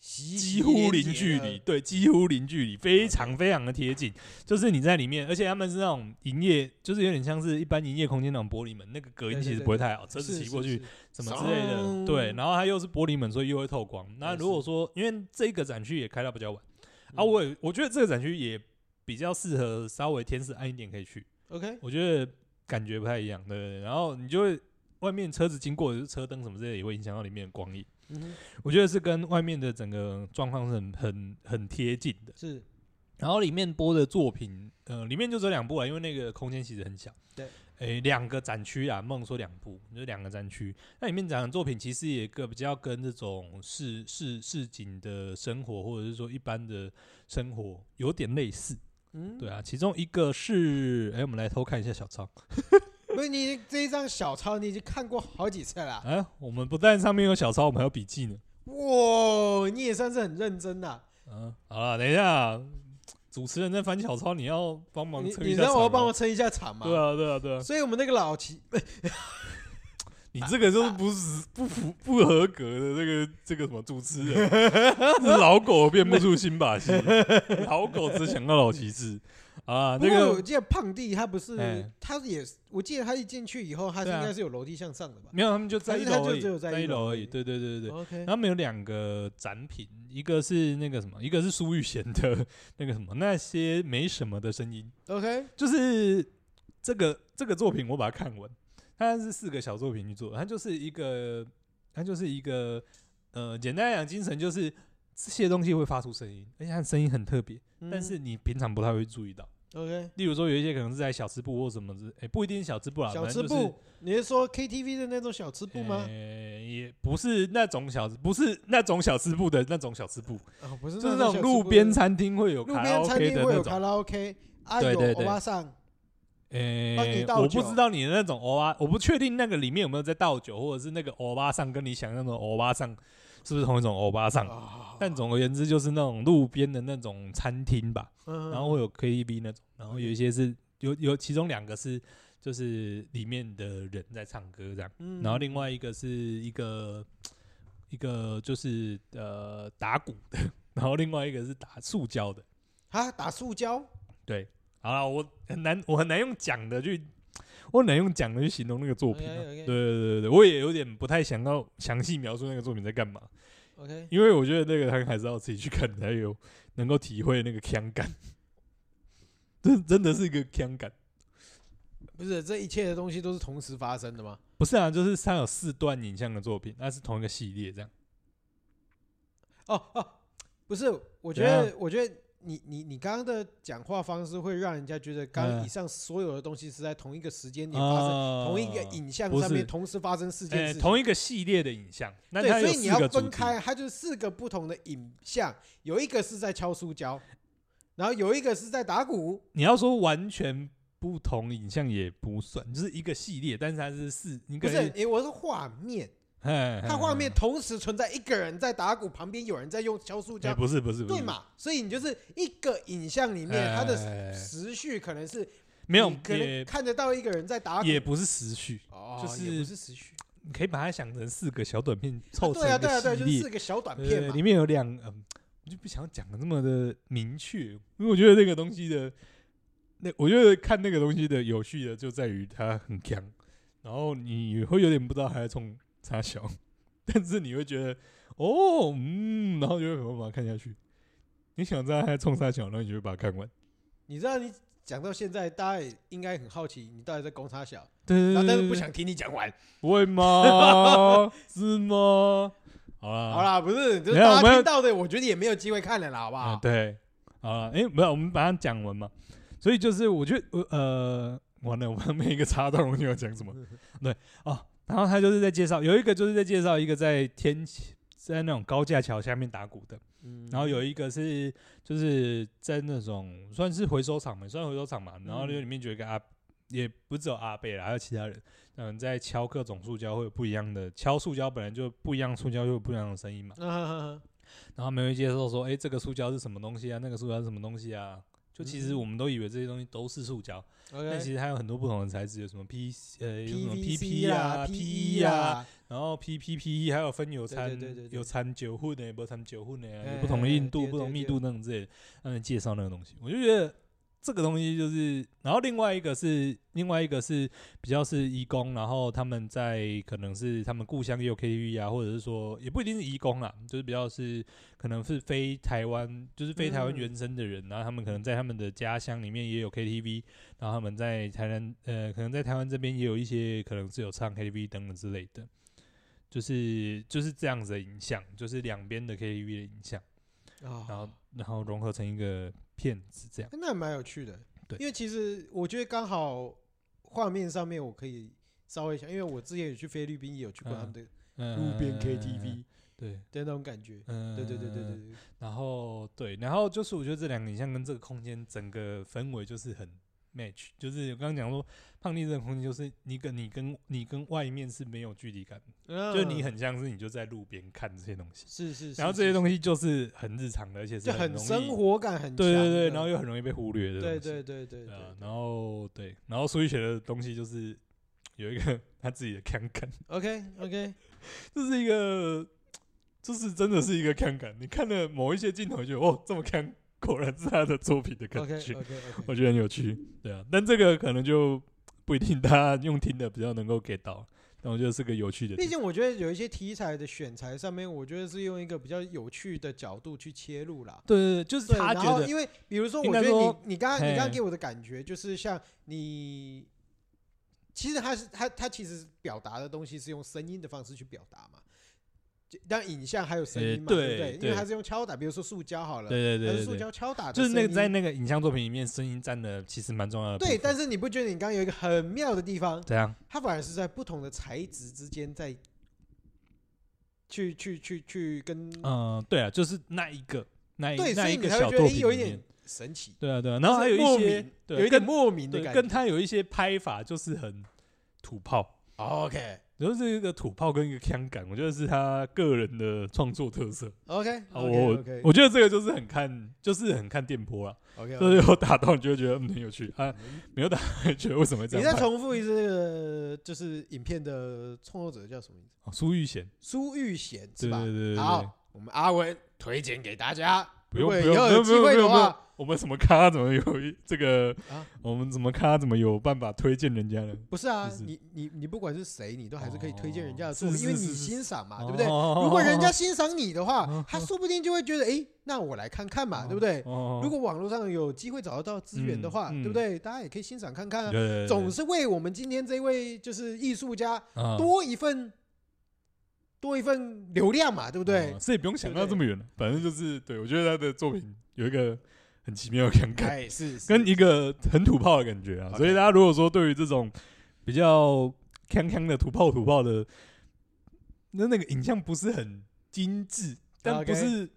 几
几乎零距离，，对，几乎零距离，非常非常的贴近。就是你在里面，而且他们是那种营业，就是有点像是一般营业空间那种玻璃门，那个隔音
对对
其实
对
不会太好，车
是
子
是
骑过去
是
什么之类的。对，
嗖
然后它又是玻璃门，所以又会透光。那
也是
如果说因为这个展区也开到比较晚啊，
嗯
我也我觉得这个展区也比较适合稍微天色暗一点可以去，
OK，
我觉得感觉不太一样，对对对然后你就会外面车子经过，就是车灯什么之类的也会影响到里面的光影。
嗯哼，
我觉得是跟外面的整个状况是很很很贴近的。
是
然后里面播的作品，呃，里面就只有两部啊，因为那个空间其实很小。
对，
诶，两个展区啊，梦说两部，就是两个展区。那里面讲的作品其实也个比较跟这种市市市井的生活，或者是说一般的生活有点类似。
嗯，
对啊，其中一个是，诶，我们来偷看一下小抄。
不是你这一张小抄你已经看过好几次了啊，
哎、我们不但上面有小抄，我们还有笔记呢。
嗯哇，你也算是很认真啊呐。
嗯，好了，等一下，主持人在翻小抄，你要帮忙
你
撑
你
一下
让我
场
要帮
吗
我撑一下场嘛？
对啊，对啊，对啊，
所以我们那个老齐，
你这个就是不是不符不合格的这个这个什么主持
(laughs)
人，这老狗变不出新把戏，老狗只想到老骑士啊，
不
那
过我
个
记得胖弟他不
哎
是，他也是，我记得他一进去以后，他是
对啊
应该是有楼梯向上的吧
没有，他们就在一
还是他
楼而
就
已，
只有在一
一
楼
楼
而
而
已
已，对对对对对。
？OK，
他们有两个展品，一个是那个什么，一个是苏玉贤的那个什么，那些没什么的声音，
OK，
就是这个这个作品，我把它看完，它是四个小作品去做，它就是一个，它就是一个，呃，简单来讲，精神就是这些东西会发出声音，而且它的声音很特别，
嗯
但是你平常不太会注意到。
OK，
例如说，有一些可能是在小吃部或什么之，哎、不一定是小吃部啦，
小
反
吃
正就是
部，你是说 KTV 的那种小吃部吗
呃？也不是那种小，不是那种小吃部的那种小吃部，
哦，不是，
哎就是那种路边
餐
餐厅会有
路
卡拉
边餐
OK
厅
的
会
那
有
种
卡。拉 OK，啊
对
有
对
欧
对
巴桑，
诶、
啊帮你倒
呃我
酒
不知道你的那种欧巴，我不确定那个里面有没有在倒酒，或者是那个欧巴上跟你想象中的欧巴上是不是同一种欧巴上。
哦
但总而言之，就是那种路边的那种餐厅吧，
嗯
然后会有 KTV 那种，然后有一些是有有其中两个是就是里面的人在唱歌这样，
嗯
然后另外一个是一个一个就是呃打鼓的， (laughs) 然后另外一个是打塑胶的。
啊打塑胶，
对，好了，我很难，我很难用讲的 (laughs) 去，我很难用讲的去形容那个作品、啊。
OK，OK
对对对对，我也有点不太想要详细描述那个作品在干嘛，
OK，
因为我觉得那个他还是要自己去看才有能够体会那个腔感。 (laughs) 这真的是一个腔感，
不是这一切的东西都是同时发生的吗？
不是啊，就是它有四段影像的作品，那是同一个系列这样。
哦哦，不是，我觉
怎
得，我觉得你你你刚刚的讲话方式会让人家觉得，刚刚
嗯
以上所有的东西是在同一个时间点发生，
啊
同一个影像
不
上面
是
同时发生四件
呃
事情。
同一个系列的影像，那
对，
它
所
有
以你
四个
要
主
分
题。
开，啊它就是四个不同的影像，有一个是在敲塑胶，然后有一个是在打鼓。
你要说完全不同影像也不算，就是一个系列，但是它是四，你
不
可
是，
能
诶、我是画面，它
它
画面同时存在一个人在打鼓，旁边有人在用敲塑
哎、
胶，
不是不是不是，
对嘛？所以你就是一个影像里
哎？
面，它的
哎哎哎
时序可能是
没有
你可能
也
看得到一个人在打鼓，
也不是时序，
哦，
就是
也不是时序，
你可以把它想成四个小短片凑成
对啊，
一
对啊，对啊，
个系
就是
列，
四个小短
对
片嘛
里。面有两嗯，我就不想讲的那么的明确，因为我觉得那个东西的那我觉得看那个东西的有趣的就在于它很强，然后你会有点不知道它在冲啥小，但是你会觉得哦嗯，然后就会想办法看下去。你想知道它在冲啥小，然后你就会把它看完。
你知道，你讲到现在，大家也应该很好奇，你到底在攻他小，
对
然后但是不想听你讲完。
不会吗？是吗？好啦，
好啦，不是，就是
啊没有
大
我们
家
要
听到的，我觉得也没有机会看了啦，好不
啊、
好？
对，好了，哎、没有，我们把它讲完嘛。所以就是，我觉得，我呃，完了，我们每一个插段，我就要讲什么？对哦，然后他就是在介绍，有一个就是在介绍一个在天气在那种高架桥下面打鼓的，
嗯
然
(laughs)
后有一个是就是在那种算是回收厂嘛，算回收厂嘛，然后
嗯
里面就有一个阿，也不只有阿贝啦，还有其他人，嗯，在敲各种塑胶会有不一样的，敲塑胶本来就不一样，塑胶就有不一样的声音嘛，
啊哈哈哈
然后他们会介绍说，哎、这个塑胶是什么东西啊，那个塑胶是什么东西啊，就其实我们都以为这些东西都是塑胶，但其实它有很多不同的材质，有什么 P 呃有什么 PP
PVC
啊、
啦
PE
，PE
啊，
啊，
然后 PPP 还有分有掺
对对对对对
有掺酒混的，不掺酒混的啊，
哎
有不同的硬度、
对对
不同密度那种之类的，让你介绍那个东西。我就觉得这个东西就是，然后另外一个是另外一个是比较是义工，然后他们在可能是他们故乡也有 KTV 啊，或者是说也不一定是义工啦，就是比较是可能是非台湾，就是非台湾
嗯
原生的人，然后他们可能在他们的家乡里面也有 KTV，然后他们在台南，呃，可能在台湾这边也有一些可能是有唱 KTV 等等之类的，就是就是这样子的影响，就是两边的 KTV 的影响，然后
啊，
然后融合成一个片子这样。
那蛮有趣的。
对
因为其实我觉得刚好画面上面我可以稍微想，因为我之前也去菲律宾，也有
嗯
去过他们的路边
呃
KTV
对，
的那种感觉。
嗯、
对对对对对。对，
然后对，然后就是我觉得这两个影像跟这个空间整个氛围就是很 match，就是我刚刚讲说，胖弟这个空间就是你跟你跟你跟外面是没有距离感的，嗯就
就是
你很像是你就在路边看这些东西，
是嗯是，
然后这些
西
东西就是很日常的，而且是
就很
容易
生，活感很强的，
对对对，然后又很容易被忽略的东
对
西，
对对对
对啊
对。
然后对，然后苏玉雪的东西就是有一个 (laughs) 他自己的看感，
OK OK，
这是一个，这是真的是一个看感，你看了某一些镜头就觉得哦，这么看果然是他的作品的感
OK
觉
OK
我
OK，
觉得很有趣，对啊，但这个可能就不一定大家用听的比较能够 get 到，但我觉得是个有趣的
毕
地方，
竟我觉得有一些题材的选材上面，我觉得是用一个比较有趣的角度去切入啦。
对对对，就是
对，
他
然
觉
后
得
因为比如说，
应
我
该
觉得
说
你你刚刚你刚
嘿
刚给我的感觉就是像你，其实他是他他其实表达的东西是用声音的方式去表达嘛，就但影像还有声
呃
音嘛，
对
不对？因
对
为他是用敲打，比如说塑胶好了，
对对
它
对
是
对
塑
对。
胶敲打的
就
声
是
音，
那个在那个影像作品里面，声音占的其实蛮重要的部分。啊
对，但是你不觉得你刚刚有一个很妙的地方？
怎样？
它反而是在不同的材质之间在去去去去跟、
嗯，对啊，就是那一个那一
对，所
那
以
一
你
个
才会
小
觉
作
得
品
诶有一
里面
点神奇，
对啊对啊，然后还有
就是莫
一些
名
对啊
有一点
跟
莫名的
对
感觉
跟。他有一些拍法就是很土炮，
OK
就是一个土炮跟一个腔感，我觉得是他个人的创作特色。
OK
啊
OK OK
我我觉得这个就是很看，就是很看电波啦，
OK，
就是有打到你就会觉得嗯很有趣啊，没有打觉得为什么会这
你
样啊
再
拍？
重复一次那个，就是影片的创作者叫什么名字？
哦苏玉贤，
苏玉贤是
对
吧
对？对对对，
好，我们阿文推荐给大家，
不用
如
不
果以后有
用不用
机会
不
的
用不用
话，
我们什么咖怎么有一这个
啊？
我们怎么咖怎么有办法推荐人家呢？
不是啊
是，是
你你你不管是谁，你都还是可以推荐人家的
哦
作品，
是
因为
是
你
是是
欣赏嘛，
哦
对不对？
哦
如果人家欣赏你的话
哦，
他说不定就会觉得，诶，那我来看看嘛，
哦
对不对？
哦
如果网络上有机会找得到资源的话，
嗯嗯
对不对？大家也可以欣赏看看啊。
对
总是为我们今天这位就是艺术家
多
多一份多一份流量嘛，对不对？
哦所以不用想到这么远了。反正就是，对我觉得他的作品有一个很奇妙的感慨，
哎，是是
跟一个很土炮的感觉啊。
OK
所以大家如果说对于这种比较锵锵的土炮土炮的，那那个影像不是很精致，但
OK
不是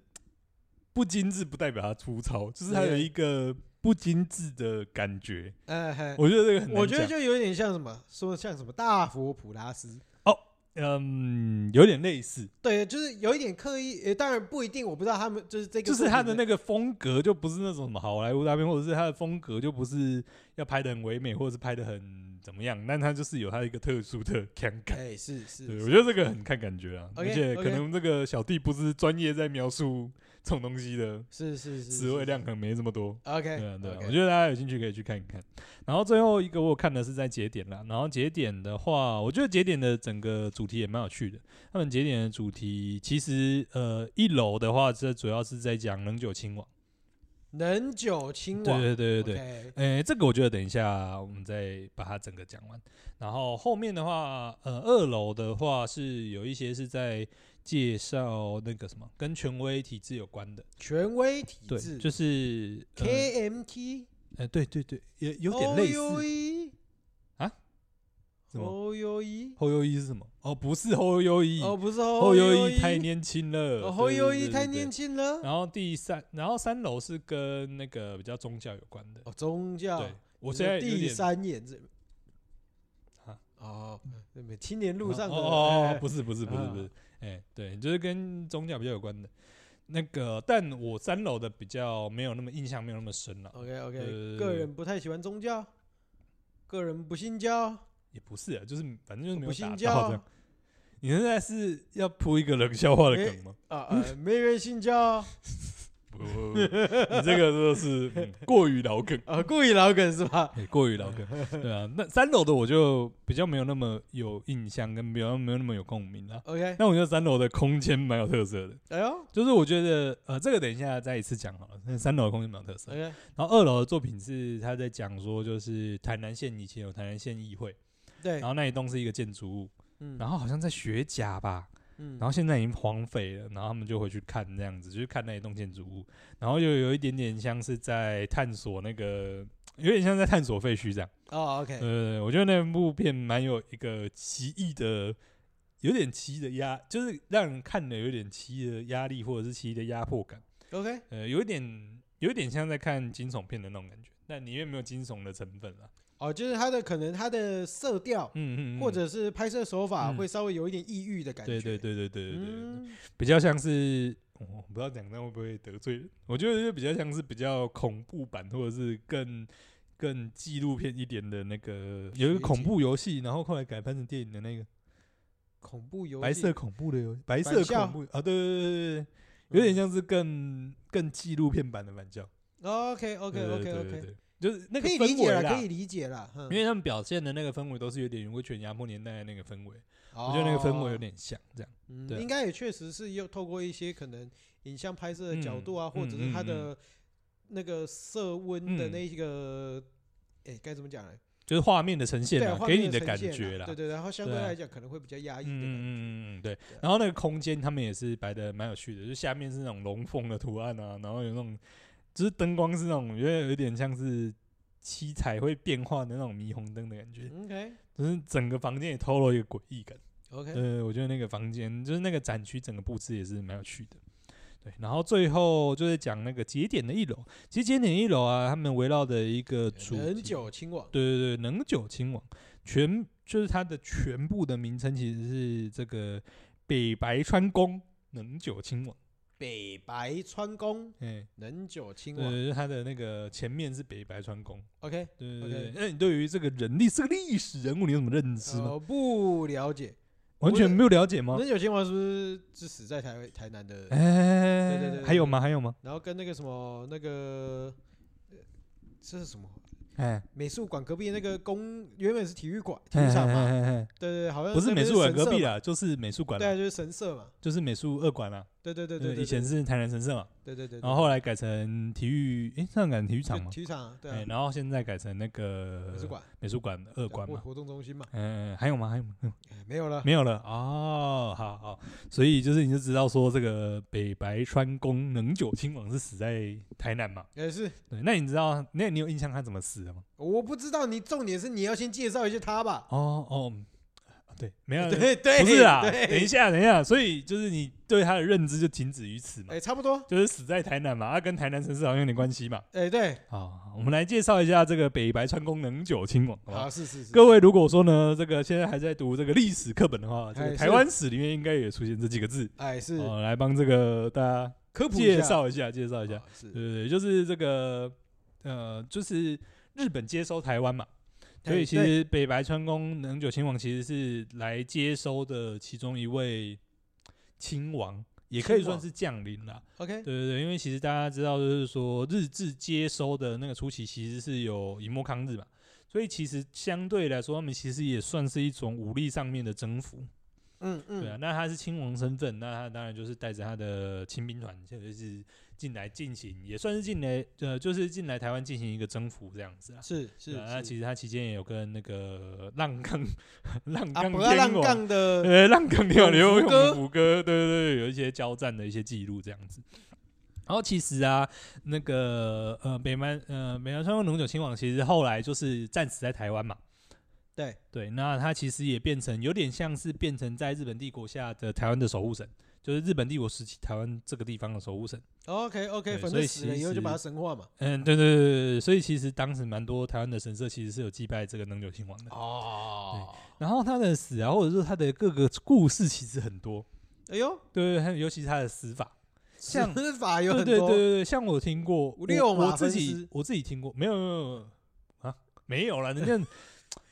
不精致不代表它粗糙，就是它有
OK
一个不精致的感觉。
呃，嘿
我觉得这个很难
我觉得
讲
就有点像什么，说像什么大佛普拉斯，
嗯，有点类似，
对，就是有一点刻意，呃，当然不一定，我不知道他们就是这个，
就是他的那个风格就不是那种什么好莱坞大片，或者是他的风格就不是要拍的很唯美，或者是拍的很怎么样，但他就是有他一个特殊的看感。
哎，是是，
对，
是
我觉得这个很看感觉啊，而
OK，
且可
OK
能这个小弟不是专业在描述这种东西的，
是是是，
词汇
是
量可能没这么多。
OK，
对啊，对啊
OK
我觉得大家有兴趣可以去看一看。然后最后一个我有看的是在节点啦，然后节点的话，我觉得节点的整个主题也蛮有趣的。他们节点的主题其实呃，一楼的话，这主要是在讲能久亲王。
能久亲王，
对对对对对。
对，
诶、这个我觉得等一下我们再把它整个讲完。然后后面的话，呃，二楼的话是有一些是在介绍那个什么跟权威体制有关的，
权威体
对，
制
就是呃，
KMT
呃对对对，有有
哦
点类似。
OUE
啊什么
哦 OUE
后优一是什么？哦，不是后优一，
哦，不是
后优
优
一太年轻了，
哦，侯友谊太
轻
年。轻了。
然后第三，然后三楼是跟那个比较宗教有关的。
哦，宗教。
对，我
你
现
说
在有
第
点
三眼这
啊。
哦，对没青年路上的
哦哦哦
哎
不是不是不是
啊
不是，哎，对，就是跟宗教比较有关的。那个，但我三楼的比较没有那么印象，没有那么深了、
OK
呃
OK，个人不太喜欢宗教，个人不信教，
也不是啊，就是反正就是没有
不信
打
教
到这样。你现在是要铺一个冷笑话的梗吗？
啊呃，没人信教
不，不不你这个真的是、嗯过于老梗，
啊，故意老梗是吧？
对过于老梗。对啊，那三楼的我就比较没有那么有印象，跟比较没有那么有共鸣啊。
OK，
那我觉得三楼的空间蛮有特色的，
哎呦
就是我觉得呃，这个等一下再一次讲好了。那三楼的空间蛮有特色，
，OK，
然后二楼的作品是他在讲说，就是台南县以前有台南县议会，
对
然，后那一栋是一个建筑物，
哎嗯，
然后好像在学甲吧，
嗯，
然后现在已经荒废了，然后他们就回去看这样子，就是看那一栋建筑物，然后又有一点点像是在探索那个，有点像在探索废墟这样。
哦 OK，
呃，我觉得那部片蛮有一个奇异的，有点奇异的压，就是让人看了有点奇异的压力或者是奇异的压迫感。
OK，
呃，有一点有一点像在看惊悚片的那种感觉，但里面没有惊悚的成分了。
哦，就是它的可能它的色调
嗯嗯，嗯
或者是拍摄手法
嗯
会稍微有一点抑郁的感觉，
对对对对对对对对，
嗯
比较像是。哦我、不知道讲那会不会得罪人，我觉得就比较像是比较恐怖版，或者是更更纪录片一点的那个，有
学
一个恐
姐
怖游戏，然后后来改拍成电影的那个，
恐怖游戏
白色恐怖的游，白色
返校
恐怖啊，对对对对对，
嗯
有点像是更更纪录片版的反教。
OK OK
对
OK
对
OK
对。对就是那
可
个
以理
氛
解
围
了，
啦
可以，理解了。嗯
因为他们表现的那个氛围都是有点温泉压迫年代的那个氛围，
我
我觉得那个氛围有，点像这样。
哦嗯
对啊
应该也确实是又透过一些可能影像拍摄的角度啊，
嗯
或者
嗯
是
嗯
它的那个色温的
嗯
那一个，哎，该怎么讲呢？
就是画面的呈现
对
啦
啊，，画
给
面
你
的呈
感
现
觉
啦
啦。
对对，然后相
对
对
啊
来讲可能会比较压抑的感觉。
嗯嗯嗯嗯，对
对啊。
然后那个空间他们也是摆的蛮有趣的，就下面是那种龙凤的图案啊，然后有那种就是灯光是那种有点有点像是七彩会变化的那种霓虹灯的感觉。
OK
就是整个房间也透露一个诡异感。
OK，
呃，我觉得那个房间就是那个展区整个布置也是蛮有趣的。对，然后最后就是讲那个节点的一楼，其实节点一楼啊，他们围绕的一个主题
很，久清网
对对对，能久亲王，全就是它的全部的名称其实是这个北白川宫能久亲王，
北白川宫
哎、
能久清
对
网
对，就是它的那个前面是北白川宫，
OK，
对对
OK 呃
对。那你对于这个人力是个历史人物，你有什么认知吗？
我不了解
完全没有了解吗？
能久清王是不是只死在台台南的？
哎，
对对对
还有
对
吗？还有吗？
然后跟那个什么那个呃这是什么？
哎，
美术馆隔壁那个公原本是体育馆体
哎
育场嘛，
哎哎哎
对对对，好像
不是
那
美
边
术馆
神
隔
社
壁
嘛，
啦，就是美术馆
对啊，
啦，
就是神社嘛，
就是美术二馆啦。啊
对对对
对
对对，
嗯以前是台南神社嘛，
对对对，对
然后后来改成体育，诶，上改成体育
就
场嘛，
体育场啊，对
哎，
啊，
然后现在改成那个
美术馆
美术馆二
对啊
馆
活
嘛。
活动中心嘛，
嗯，还有吗？还有
(laughs)
吗？还有吗
哎没有了，
没有了哦，好好，所以就是你就知道说这个北白川宫能久亲王是死在台南嘛？
也是
对，那你知道那你有印象他怎么死的吗？
我不知道你重点是你要先介绍一下他吧，
哦哦，嗯对，没有
啊对对，
(laughs) 不是啊，等一
对，
下，等一下，所以就是你对他的认知就停止于此嘛，
哎差不多，
就是死在台南嘛，他、啊跟台南城市好像有点关系嘛。
哎对，
好，我们来介绍一下这个北白川宫能久亲王，好不好
好是是是，
各位如果说呢，这个现在还在读这个历史课本的话，这
哎
个
是
台湾史里面应该也出现这几个字，
哎是
哦，来帮这个大家
科普一
介
下
绍一下，介绍一下，
啊是
对对对，就是这个呃，就是日本接收台湾嘛，所以
哎
其
对
实北白川宫能久亲王其实是来接收的其中一位亲王，也可以
亲
算
王
是降临啦。
OK
对对对，因为其实大家知道，就是说日治接收的那个初期其实是有以墨抗日嘛，所以其实相对来说，他们其实也算是一种武力上面的征服。
嗯嗯
对啊，那他是亲王身份，那他当然就是带着他的亲兵团，就是进来进行，也算是进来呃，就是进来台湾进行一个征服这样子啊。
是是
对啊，那
是
其实他期间也有跟那个浪杠 (laughs) 浪
啊
杠
不要
天
浪
王，
杠的
(laughs) 呃，浪杠天王刘
永福哥
永福哥，对对对，有一些交战的一些记录这样子。然后其实啊，那个呃北蛮呃北蛮川宫龙九亲王，其实后来就是战死在台湾嘛。
对
对，那他其实也变成有点像是变成在日本帝国下的台湾的守护神，就是日本帝国时期台湾这个地方的守护神。
OK
对
OK，反
所以
正死了
其
以后就把
实
它神化嘛。
嗯，对对对对对，所以其实当时蛮多台湾的神社其实是有祭拜这个能久亲王的。
哦，
然后他的死啊，或者说他的各个故事其实很多，
哎呦，
对，还有尤其是他的死法，像
死 (laughs) 法有
对
很
对对
多，
对，像我听过我
六马
我自
分
己
尸
我自己听过，没有没有没有啊，没有啦，人家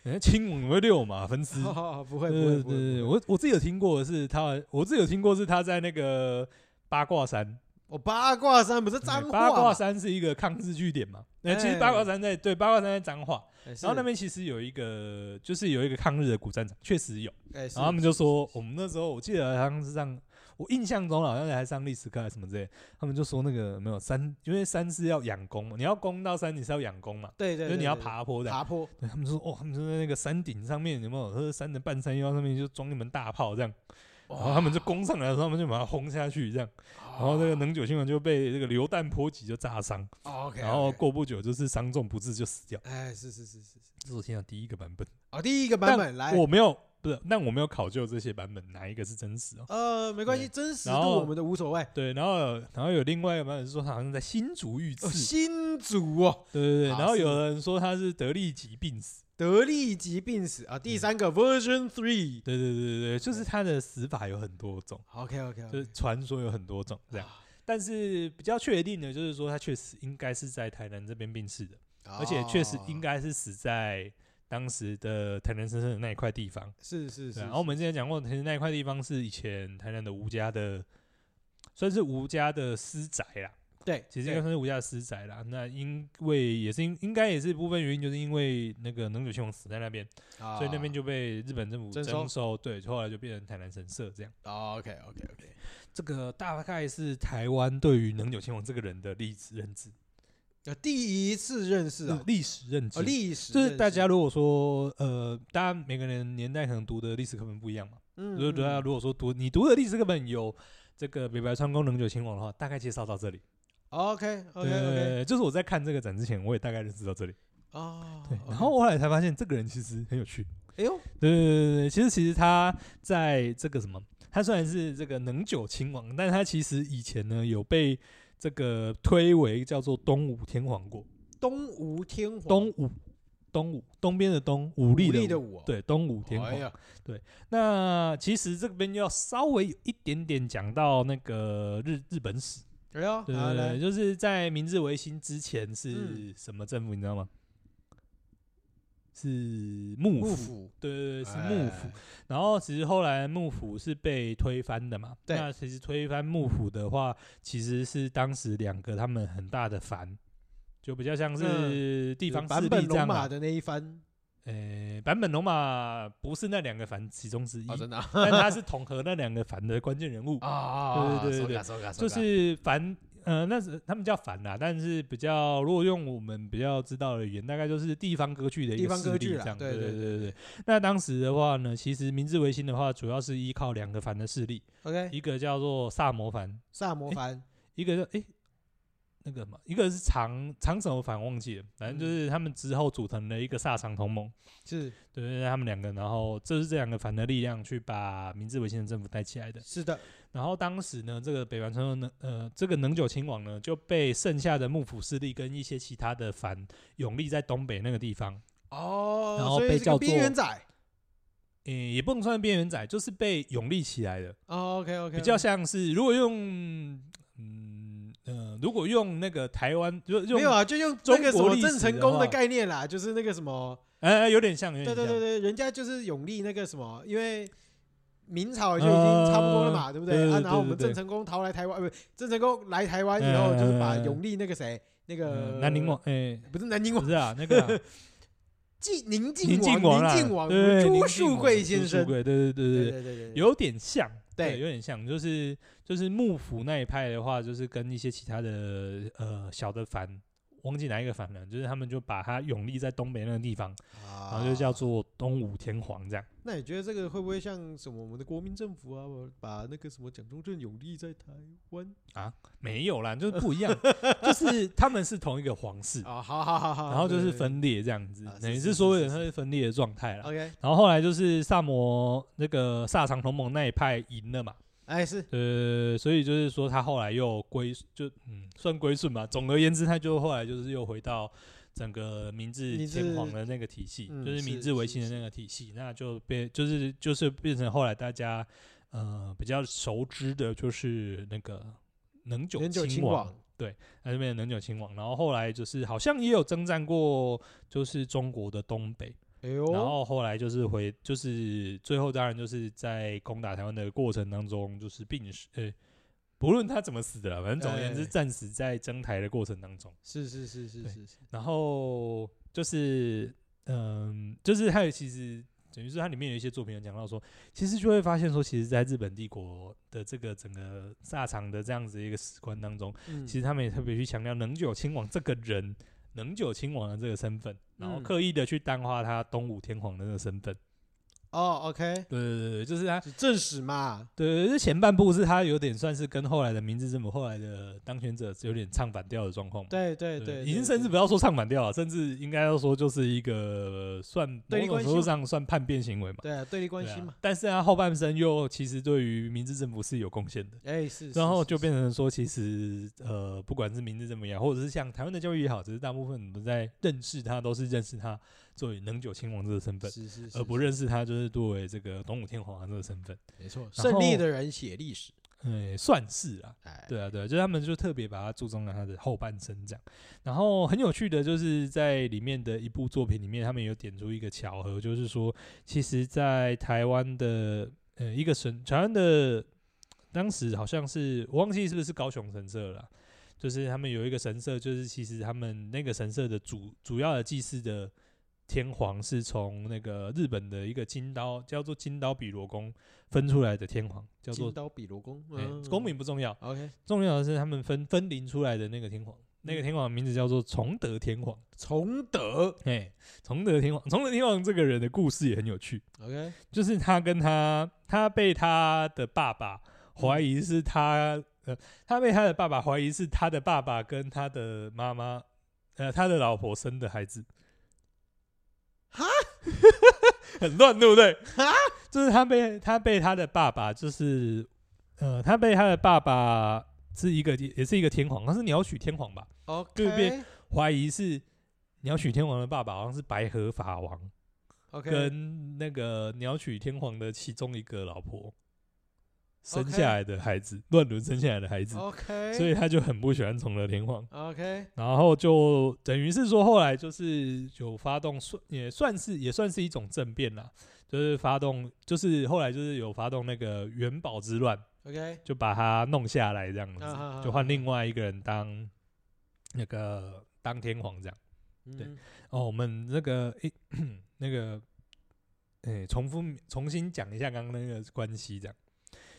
人家亲吻会六马分尸，
(laughs) 好好好哦不会
对
不会
对对
不会
对，
不会，
我我自己有听过的是他，我自己有听过是他在那个八卦山，
我八卦山不是脏
嗯
话
八卦
嘛，
山是一个抗日据点嘛，那
哎
其实八卦山在对八卦山在彰化，
哎是
然后那边其实有一个就是有一个抗日的古战场，确实有。
哎是
然后他们就说，我们那时候我记得好像是上，我印象中好像还上历史课还是什么之类，他们就说那个没有山，因为山是要养功嘛，你要攻到山你是要养功嘛，
对对，
就是你要
对
爬坡
对
的。
爬坡，
对，他们说哦，他们就在那个山顶上面有没有？他说山的半山腰上面就装一门大炮这样，然后他们就攻上来的时候，他们就把它轰下去这样，然后那个能久亲王就被这个榴弹波及就炸伤，
OK，
然后过不久就是伤重不治就死掉。
哦哎是是是是是，
这是我听到第一个版本，
哦第一个版本来
我没有不是，但我没有考究这些版本哪一个是真实哦。
呃没关系，真实
然
度
后
我们的无所谓，
对，然后有然后有另外一个版本说他好像在新竹遇
哦
刺，
新竹哦
对对对，
好
然后
是
有人说他是得痢疾病死，
得痢疾病死啊，第三个 version three。
对对对对对，就是他的死法有很多种，
OK OK，
就是传说有很多种这
啊
样，但是比较确定的就是说他确实应该是在台南这边病逝的，
哦啊
而且确实应该是死在当时的台南深圳的那一块地方。
是是是，
对啊然后我们之前讲过，其实那一块地方是以前台南的吴家的，算是吴家的私宅啦。
对，
其实应
对
该算是吴家的私宅啦。那因为也是因应该也是部分原因，就是因为那个能久亲王死在那边，所以那边就被日本政府
啊征收
征收，对，后来就变成台南神社这样。
啊 OK OK OK，
这个大概是台湾对于能久亲王这个人的历史认知，
呃，第一次认识啊，
历史认知
哦，。历史
就是
认识
大家如果说，呃，大家每个人年代可能读的历史课本不一样嘛。
嗯，
如果
嗯
大家如果说读你读的历史课本有这个北白川宫能久亲王的话，大概介绍到这里。
OK OK
对
OK
就是我在看这个展之前，我也大概认识到这里。
哦，
对，
OK
然后后来才发现这个人其实很有趣。
哎呦，
对对对对对，其实其实他在这个什么，他虽然是这个能久亲王，但他其实以前呢有被这个推为叫做东武天皇过。
东吴天皇，
东武，东武，东边的东，武力
力
的武。
武，，
对，东武天皇。
哎呀，
那其实这边要稍微有一点点讲到那个日日本史，
哎呦，
对
好
对
来
对，就是在明治维新之前是
嗯
什么政府，你知道吗？是幕
幕
府，
府
对对对，是幕府
哎。
然后其实后来幕府是被推翻的嘛。
对
那其实推翻幕府的话，其实是当时两个他们很大的反，就比较像是地方势
版
力
本
这
龙
样
马
啊。
的那一番
呃，版本龙马不是那两个反其中之一，
啊，真 (laughs) 的啊
但他是统合那两个反的关键人物。
啊，
对对对
手
对
感手感手
就
感
是凡，呃，那是他们叫凡啦，但是比较如果用我们比较知道的语言，大概就是地方歌剧的一
地
个
方
势
歌
力
剧
这
啦
样。
对
对
对对
对对。那当时的话呢，其实明治维新的话，主要是依靠两个凡的势力，
OK，
一个叫做萨摩藩，
萨摩藩
一个叫诶那个什么，一个是长长什么藩忘记了，反正就是他们之后组成了一个萨长同盟。
是
对对，对他们两个，然后这是这两个反的力量去把明治维新的政府带起来的。
是的，
然后当时呢，这个北蛮村呢，呃，这个能久亲王呢就被剩下的幕府势力跟一些其他的反永历在东北那个地方，
哦，
然后
所以
被
是个
叫做
边缘仔
诶、也不能算边缘仔，就是被永历起来的，
，OK OK，
比较像是如果用，嗯呃，如果用那个台湾，就用
没有，啊，就用那个什
中国
么
历史
郑成
的
功的
话
概念啦，就是那个什么，
哎、有点像，有点
对
像，
对对对，人家就是永历那个什么，因为明朝就已经差不多了嘛，
呃
对不
对对
啊，
对
然后我们
对对
郑成功逃来台湾，呃不，郑成功来台湾以后，就是把
嗯嗯嗯嗯
永历那个谁，那个
嗯南宁王，哎、
不是南宁
不
王，
是啊，那个啊、
(laughs) 晋宁
宁
靖
靖
王，
啦，
宁靖王
对，
朱
宁靖
树
王
贵
朱
先
树
生，
贵对对对对
对
对，
对对对，
有点像，
对
有点像，就是就是幕府那一派的话，就是跟一些其他的呃小的藩，忘记哪一个藩了，就是他们就把它永立在东北那个地方，
啊，
然后就叫做东武天皇这样。
那你觉得这个会不会像什么我们的国民政府啊，把那个什么蒋中正永历在台湾
没有啦，就是不一样，就是他们是同一个皇室，
啊，好好好好，
然后就是
对
分裂这样子
啊，是
等于
是
是
是
所有
是哦
人他是分裂的状态啦。
OK，
然后后来就是萨摩那个萨长同盟那一派赢了嘛，
哎是
呃，所以就是说他后来又归就嗯算归顺吧。总而言之，他就后来就是又回到整个明治
明
天
治
皇的那个体系，
嗯
就是明
是
治维
是
新的
是
那个体系，那就变就是就是变成后来大家呃比较熟知的就是那个能久
能久
亲
亲
王
王，
他这边的能久亲王，然后后来就是好像也有征战过，就是中国的东北，
哎
然
呦，
后后来就是回，就是最后当然就是在攻打台湾的过程当中，就是病死，呃，不论他怎么死的啦，反正总而言之，
哎
战死在征台的过程当中，
是是是是
对
是是，
然后就是，嗯，就是还有其实。等于是它里面有一些作品有讲到说，其实就会发现说，其实在日本帝国的这个整个萨场的这样子一个史观当中，
嗯
其实他们也特别去强调能久亲王这个人，能久亲王的这个身份，然后
嗯
刻意的去淡化他东武天皇的那个身份。
哦，OK，
对对对对，就是他，
是正史嘛，
对对对，这前半部是他有点算是跟后来的明治政府、后来的当权者有点唱反调的状况嘛。
对对对，
已经
对
甚至
对
不要说唱反调了，甚至应该要说就是一个算某
对立
种
关系
程度
嘛
上算叛变行为嘛。
对啊对立关
对啊
系嘛，
但是他后半生又其实对于明治政府是有贡献的。
哎是，是
然后
是
就是变成说，其实呃，不管是名字怎么样，或者是像台湾的教育也好，只是大部分我们在认识他都是认识他作为能久亲王这个身份，
是是是
而不认识他就是作为这个东武天皇的这个身份。
没错，
然
胜利
后
的人写历史，
哎，算是啊，
哎，
对啊，对啊，就是他们就特别把它注重了他的后半生这样。然后很有趣的就是在里面的一部作品里面，他们有点出一个巧合，就是说，其实，在台湾的呃一个神，台湾的当时好像是我忘记是不是高雄神社了啦，就是他们有一个神社，就是其实他们那个神社的主主要的祭祀的。天皇是从那个日本的一个金刀叫做金刀比罗宫分出来的天皇，叫做
金刀比罗宫，
哎
嗯
公民不重要，
，OK，
重要的是他们分分灵出来的那个天皇，那个天皇的名字叫做崇德天皇。
崇德
哎，崇德天皇，崇德天皇这个人的故事也很有趣，
，OK，
就是他跟他他被他的爸爸怀疑是他呃，他被他的爸爸怀疑是他的爸爸跟他的妈妈呃他的老婆生的孩子。
哈，
(laughs) 很乱，对不对？
哈，
就是他被他被他的爸爸，就是呃，他被他的爸爸是一个也是一个天皇，他是鸟取天皇吧？
OK，
就变怀疑是鸟取天皇的爸爸，好像是白河法王
OK，
跟那个鸟取天皇的其中一个老婆生下来的孩子，乱伦生下来的孩子，
哦 OK，
所以他就很不喜欢崇德天皇。
OK，
然后就等于是说，后来就是有发动算也算是也算是一种政变啦，就是发动就是后来就是有发动那个元宝之乱，
OK，
就把他弄下来这样子，
啊嗯哈哈
就换另外一个人当那个当天皇这样。对
嗯，
哦，我们那个诶、那个诶、重复重新讲一下刚刚那个关系，这样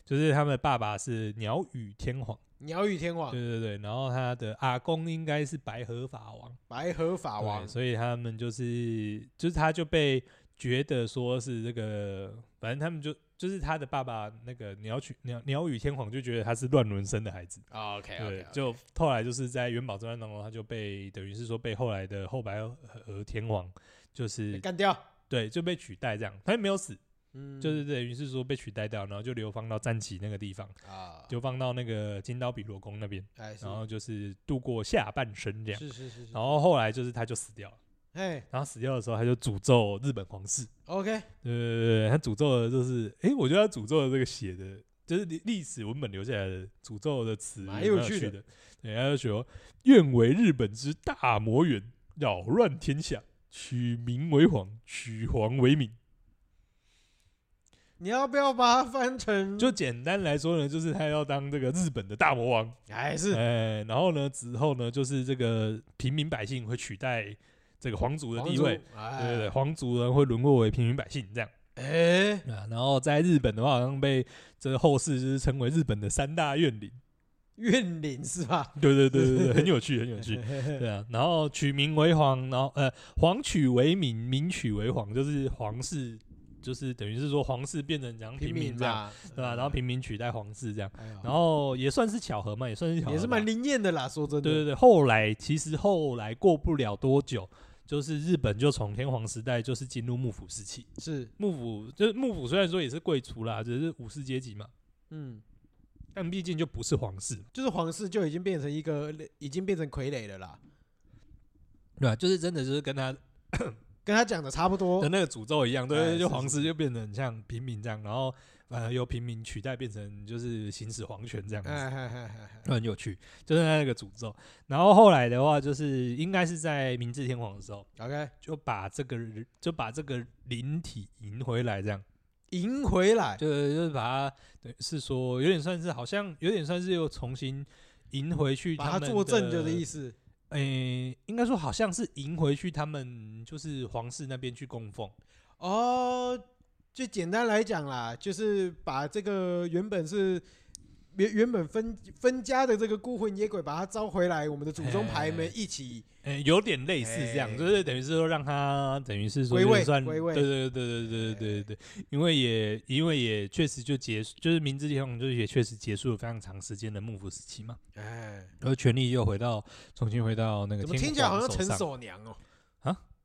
就是他们的爸爸是鸟语天皇，
鸟语天王
对，对对，然后他的阿公应该是白河法王，
白河法
法
王，
所以他们就是就是他就被觉得说是这个，反正他们就就是他的爸爸那个鸟取鸟鸟语天皇就觉得他是乱伦生的孩子。
OK
对
OK，，
就后来就是在元宝之乱当中，他就被等于是说被后来的后白河天皇就是
干掉，
对就被取代这样，他也没有死，
嗯，
就是等于是说被取代掉，然后就流放到战旗那个地方，
啊，
流放到那个金刀比罗宫那边，
哎，是
然后就是度过下半生这样。
是是是是，
然后后来就是他就死掉了，
哎
然后死掉的时候他就诅咒日本皇室，
，OK，
对对对对，他诅咒的就是，诶，我觉得他诅咒的这个写的，就是历历史文本留下来的诅咒的词，
蛮
有
有趣
的
的。
对，他就说：“愿为日本之大魔猿，扰乱天下，取民为皇，取皇为民。
你要不要把它翻成？
就简单来说呢，就是他要当这个日本的大魔王。
哎是
哎，然后呢，之后呢，就是这个平民百姓会取代这个皇族的
皇
地
族
位。，对对对，
哎
皇族人会沦落为平民百姓这样。
哎，
啊，然后在日本的话，好像被这个后世就是称为日本的三大怨灵。
怨灵是吧？
对对对对对，很有趣，
(laughs)
很有趣。对啊，然后取名为皇，然后呃，皇取为民，民取为皇，就是皇室，就是等于是说皇室变成讲 (laughs) 平民这样，
吧，
对啊吧、然后平民取代皇室这样，
嗯哎呦，
然后也算是巧合嘛，也算是巧合嘛，
也是蛮灵验的啦，说真的，
对对对，后来其实后来过不了多久，就是日本就从天皇时代就是进入幕府时期。
是，
幕府就是幕府，虽然说也是贵族啦，只是武士阶级嘛，
嗯，
但毕竟就不是皇室，
就是皇室就已经变成一个，已经变成傀儡了啦，
对吧、啊就是真的就是跟他的
跟他讲的差不多，
那个诅咒一样，对
哎
对，
是
哦就是皇室就变得很像平民这样，然后反而由平民取代变成就是行使皇权这样子。
哎哎哎哎，
很有趣，就是那个诅咒。然后后来的话，就是应该是在明治天皇的时候，
哎 OK，
就把这个人就把这个灵体迎回来，这样
赢回来，
就就是把它对是说有点算是好像有点算是又重新迎回去
把它
他们
作证就是意
思。
思。
诶、应该说好像是迎回去他们就是皇室那边去供奉。
哦，就简单来讲啦，就是把这个原本是原原本分分家的这个孤魂野鬼，把它招回来，我们的祖宗牌们
哎
一起
诶、有点类似这样，
哎
就是等于是说让他等于是说
归
就
位
算
归位
对对对对对对对对，因为也因为也确实就结束，就是明治天皇就是也确实结束了非常长时间的幕府时期嘛，
哎，
而权力又回到重新回到那个
怎么
天
听起来好像
皇手
陈
上
守娘哦？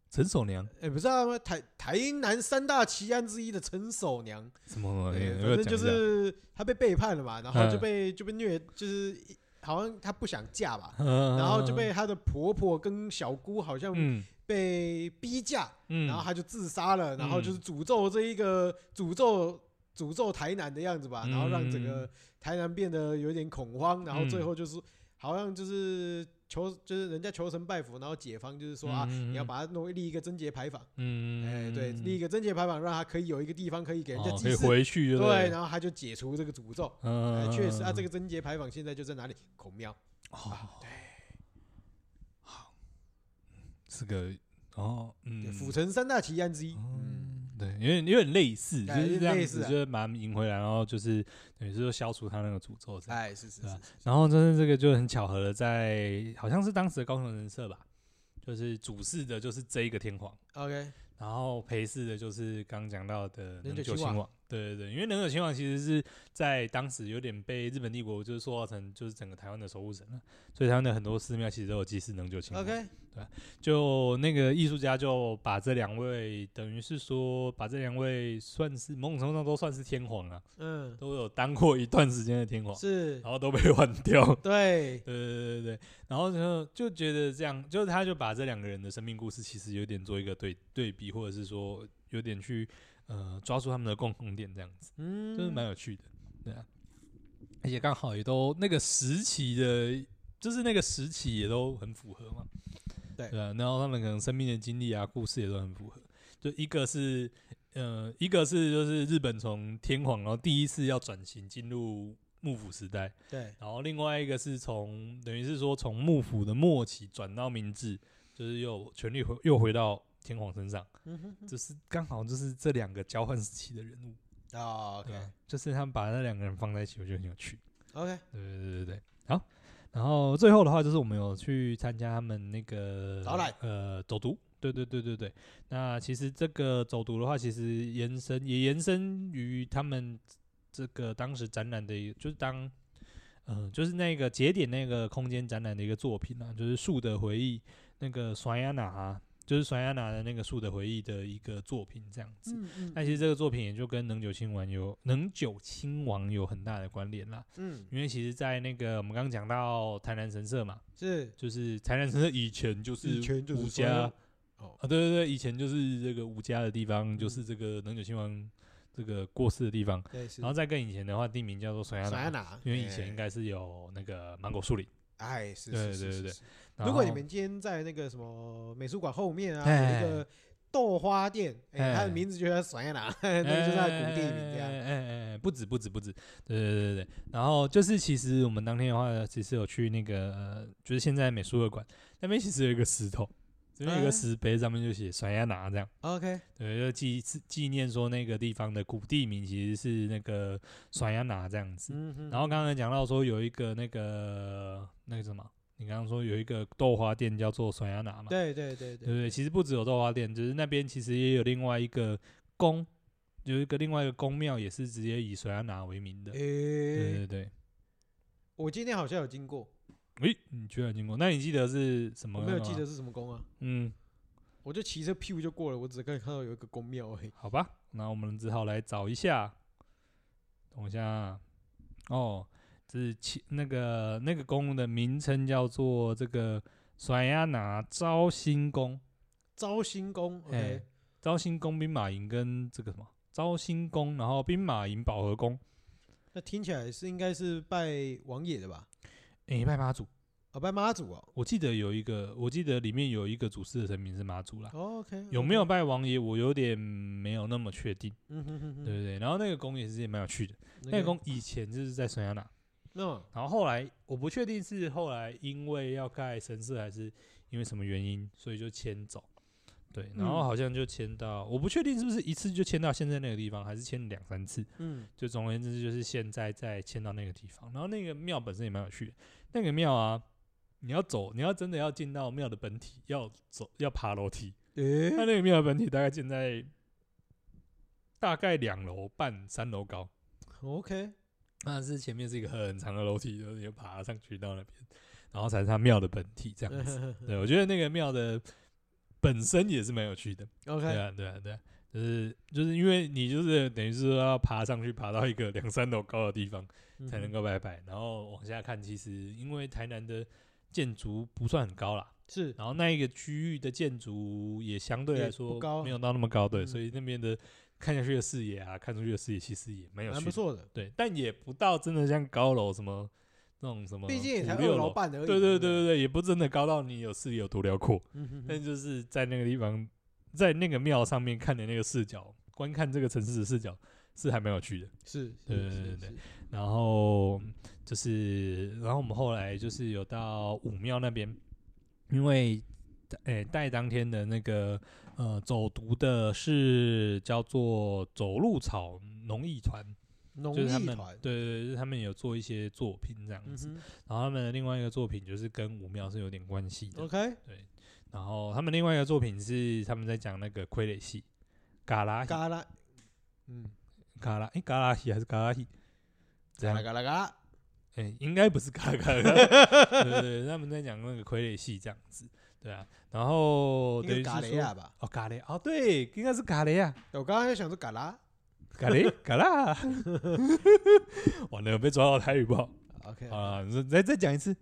陈守娘
哎，不知道吗？台台南三大奇案之一的陈守娘，
什么
对
有没有
反正
讲
就
一下
是她被背叛了嘛，然后就
嗯
被就被虐，就是好像她不想嫁吧，
(laughs) 嗯
然后就被她的婆婆跟小姑好像
嗯
被逼嫁，
嗯，
然后他就自杀了，然后就是诅咒这一个诅咒诅咒台南的样子吧，
嗯
然后让整个台南变得有点恐慌，然后
嗯
最后就是好像就是求就是人家求神拜佛，然后解放就是说啊，
嗯
你要把它弄立一个贞节牌坊，
嗯
哎对，立一个贞节牌坊，让他可以有一个地方可以给人家
哦可
祭
以
祀，
回去
对，
对了，
然后他就解除这个诅咒。哎
嗯，
确实啊，这个
个
啊贞节牌坊现在就在哪里？孔庙。
哦对，好是个哦
对
嗯，
府城三大奇案之一。嗯，
嗯，对，有点有点类似，就
哎
是这样
类似
子，
啊
就是把他们赢回来，然后就是等于是说消除他那个诅咒这样。
哎，是是是
对啊
是
然后真的这个就很巧合的，在好像是当时的高雄人社吧，就是主事的就是这一个天皇，
，OK，
然后陪侍的就是刚讲到的
忍
能
者
久
亲
亲
王
王。对对对，因为能久亲王其实是在当时有点被日本帝国就是塑造成就是整个台湾的守护神了，所以台湾的很多寺庙其实都有祭祀能久亲王。
OK，
就那个艺术家就把这两位，等于是说把这两位算是某种程度上都算是天皇啊，
嗯，
都有当过一段时间的天皇，
是，
然后都被换掉。
对，
对对对对对，然后就就觉得这样，就是他就把这两个人的生命故事其实有点做一个对对比，或者是说有点去呃抓住他们的共同点，这样子，
嗯，
就是蛮有趣的，对啊。而且刚好也都那个时期的，就是那个时期也都很符合嘛，
对
对啊。然后他们可能生命的经历啊、故事也都很符合。就一个是呃，一个是就是日本从天皇，然后第一次要转型进入幕府时代，
对，
然后另外一个是从等于是说从幕府的末期转到明治，就是又权力回又回到天皇身上，
嗯哼
就是刚好就是这两个交换时期的人物，
哼， (laughs) 哦
对啊就是他们把那两个人放在一起，我觉得很有趣。
，OK，OK，
对对对对对，好。然后最后的话就是我们有去参加他们那个
导览
呃走读，对对对对对。那其实这个走读的话，其实延伸也延伸于他们这个当时展览的一，就是当呃就是那个节点那个空间展览的一个作品啊，就是树的回忆那个索亚娜啊，就是索亚娜的那个树的回忆的一个作品这样子。
嗯嗯
那其实这个作品也就跟能久亲王有能久亲王有很大的关联啦。
嗯，
因为其实，在那个我们刚刚讲到台南神社嘛，
是
就是台南神社以前就是
以前就是
吴
说
家
哦，
啊，对对对，以前就是这个吴家的地方，
嗯
就是这个能久亲王这个过世的地方。
对，是
然后再跟以前的话，地名叫做水亚
甩
南，
哪？
因为以前应
该，
该是有那个芒果树林。
哎，是，
对
是
对
是
对
是是
然
如果你
后
们今天在那个什么美术馆后面啊，
哎
有一个豆花店，哎，
哎
它的名字就叫甩哪， (laughs) 那个就是它的古地名这
哎
样。
哎哎哎，不止不止不止，对对对对对。然后就是其实我们当天的话，其实有去那个、呃就是现在美术二馆那边，其实有一个石头，这边有一
哎
个石碑，上面就写甩亚拿这样。
OK，
对，就纪是纪念说那个地方的古地名其实是那个甩亚拿这样子。
嗯哼，
然后刚才讲到说有一个那个那个什么，你刚刚说有一个豆花店叫做甩亚拿嘛？
对对对
对不对？其实不只有豆花店，就是那边其实也有另外一个宫，有一个另外一个宫庙也是直接以水安拿为名的。对
对，哎，
对对，
我今天好像有经过，
诶，你居然经过？那你记得是什么
我
吗？
没有记得是什么宫啊。
嗯，
我就骑车屁股就过了，我只可以看到有一个宫庙而已。
好吧，那我们只好来找一下。等我一下，啊哦，这是其那个那个宫的名称叫做这个甩亚拿招新宫，
招新宫
哎
，OK，
招新宫兵马营跟这个什么昭兴宫，然后兵马营保和宫，
那听起来是应该是拜王爷的吧？
诶，拜妈祖。
啊，拜妈祖哦。
我记得有一个，我记得里面有一个主祀的神明是妈祖啦。
哦 OK，
有没有？拜王爷，我有点没有那么确定，
嗯哼哼哼，
对不对？然后那个宫也是也蛮有趣的，那
那
个宫以前就是在孙亚那，
那
然后后来我不确定是后来因为要盖神社还是因为什么原因，所以就迁走。对，然后
嗯
好像就迁到，我不确定是不是一次就迁到现在那个地方，还是迁两三次。
嗯
就总而言之，就是现在再迁到那个地方。然后那个庙本身也蛮有趣的，那个庙啊，你要走，你要真的要进到庙的本体，要走要爬楼梯。
诶
它那个庙的本体大概建在大概两楼半、三楼高，
，OK，
那是前面是一个很长的楼梯，就是你爬上去到那边，然后才是它庙的本体这样子。
(laughs)
对，我觉得那个庙的本身也是蛮有趣的。对
OK，
啊，对啊，对啊，就是就是因为你就是等于是说要爬上去，爬到一个两三楼高的地方才能
够
够拜拜，然后往下看，其实因为台南的建筑不算很高啦，
是
然后那一个区域的建筑也相对
也
来
不
说
高
没有到那么高，对，
嗯
所以那边的看下去的视野啊，看出去的视野其实也蛮有
蛮
趣
不
的，
错的，
对，但也不到真的像高楼什么那种什么，
毕竟也才二
六
楼。半而已。
对
不
对对对，对，也不真的高到你有视野有多辽阔，
嗯哼
但
哼，
就是在那个地方，在那个庙上面看的那个视角，观看这个城市的视角是还蛮有趣的。
是，
对对
是
对
是
对
是
然后就是，然后我们后来就是有到武庙那边，因为诶带当天的那个呃走读的是叫做走路草农艺团，
农
就是他
艺
们
团，
对对对，就是他们有做一些作品这样
嗯
子。
哼
然后他们的另外一个作品就是跟武庙是有点关系的。
，OK，
然后他们另外一个作品是他们在讲那个傀儡戏，嘎啦戏
嘎啦，嗯，
嘎啦，哎，嘎啦戏还是嘎啦戏？这
嘎啦，
样
嘎啦嘎啦，
哎，应该不
(laughs)
是嘎啦嘎啦嘎啦，对对对，他们在讲那个傀儡戏这样子，对啊。然后
应
等
该
于
是嘎
是
雷啊
说
亚吧？
哦，嘎雷哦，对，应该是嘎雷啊，
我刚刚就想说嘎啦
嘎
(laughs)
雷嘎啦， (laughs) 完了被抓到台语不好
，OK，
啊！你说再再讲一次，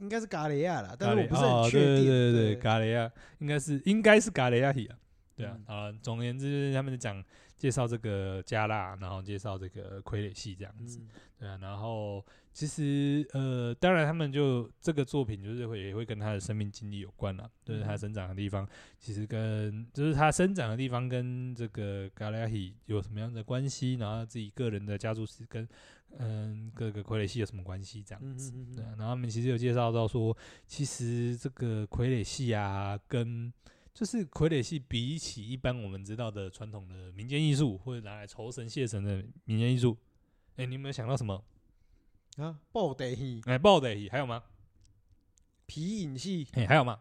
应该是嘎雷亚啦，但
嘎
是
雷
我不是很
哦
确定。
对对对
对
对，嘎雷亚应该是应该是嘎雷亚戏啊。对啊
嗯，
啊，总而言之，就是他们讲介绍这个加辣，然后介绍这个傀儡戏这样子。
嗯
对啊，然后其实呃，当然他们就这个作品就是会也会跟他的生命经历有关啦，就是
嗯
他
哼
生长的地方，其实跟就是他生长的地方跟这个 g a l a h i 有什么样的关系，然后他自己个人的家族史跟嗯各个傀儡戏有什么关系这样
嗯
子。
嗯
对啊，然后他们其实有介绍到说，其实这个傀儡戏啊，跟就是傀儡戏比起一般我们知道的传统的民间艺术，或者拿来酬神谢神的民间艺术，哎，你有没有想到什么？
嗯啊，爆得戏、
哎，爆的戏还有吗？
皮影戏，
哎，还有吗？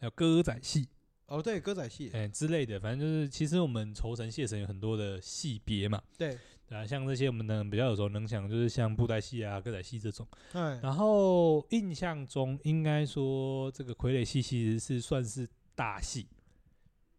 还有歌仔戏，
哦，对，歌仔戏，
哎之类的，反正就是，其实我们酬神谢神有很多的戏别嘛，
对，
对啊，像这些我们能比较有时候能想，就是像布袋戏啊、歌仔戏这种。
哎，
然后印象中应该说这个傀儡戏其实是算是大戏，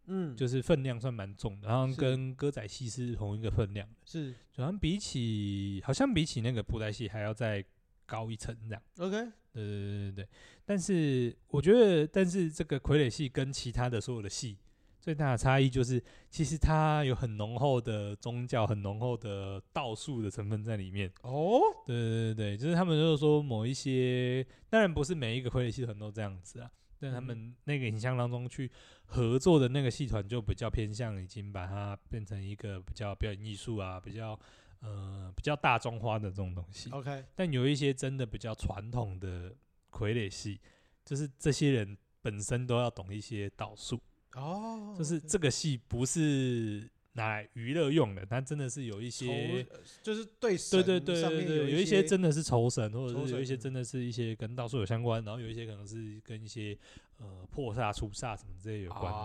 嗯，
就是分量算蛮重的，然后
是
跟歌仔戏是同一个分量的，
是
好像比起好像比起那个布袋戏还要再高一层这样。
OK，
对对对对对，但是我觉得，但是这个傀儡戏跟其他的所有的戏最大的差异就是，其实它有很浓厚的宗教、很浓厚的道术的成分在里面。
哦，
对对对，就是他们就是说某一些，当然不是每一个傀儡系统都这样子啊，但他们那个影像当中去合作的那个系团就比较偏向已经把它变成一个比较表演艺术啊，比较呃比较大众化的这种东西。
，OK，
但有一些真的比较传统的傀儡系，就是这些人本身都要懂一些道术，
哦，
就是
OK
这个戏不是拿来娱乐用的，它真的是有一些
从呃就是对
对
神
对对
上
对
面
对，
有
有
一
些真的是酬神，或者
酬
是有一
神
些
嗯
真的是一些跟道术有相关，然后有一些可能是跟一些呃破煞、除煞什么之类有
啊
关的。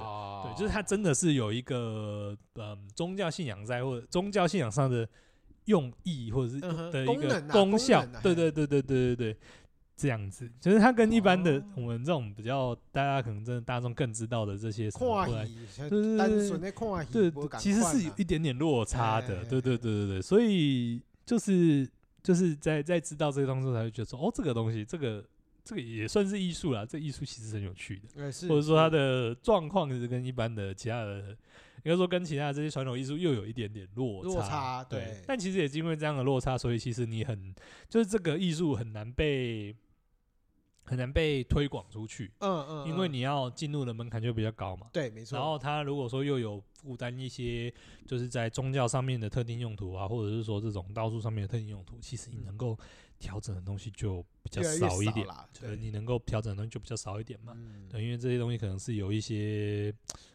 的
对，就是它真的是有一个嗯宗教信仰在，或者宗教信仰上的用意，或者是
嗯哼
的一
功
个
能啊
功
功
效。
能啊
对
嘿
对对对对对对，这样子，就是它跟一般的、
哦
我们这种比较大家可能真的大众更知道的这些什么过来
看戏，
对对
单
对
纯的看戏，
对
不，啊赶
其实
快
是有
嘛
一点点落差
哎哎
的，
哎
对对对对对，所以就是就是在在知道这个东西才会觉得说，哦，这个东西这个这个也算是艺术啦。这艺术其实很有趣的，
呃是，
或者说它的状况是跟一般的其他的，应该说跟其他的这些传统艺术又有一点点落
落差
对，
对
但其实也是因为这样的落差，所以其实你很就是这个艺术很难被很难被推广出去，
嗯嗯，
因为
嗯
你要进入的门槛就比较高嘛。
对没错，
然后它如果说又有负担一些，就是在宗教上面的特定用途啊，或者是说这种道术上面的特定用途，其实你
嗯
能够调整的东西就比较
越来越
少一点，
啦，
对，
对，
你能够调整的东西就比较少一点嘛。
嗯
对，因为这些东西可能是有一些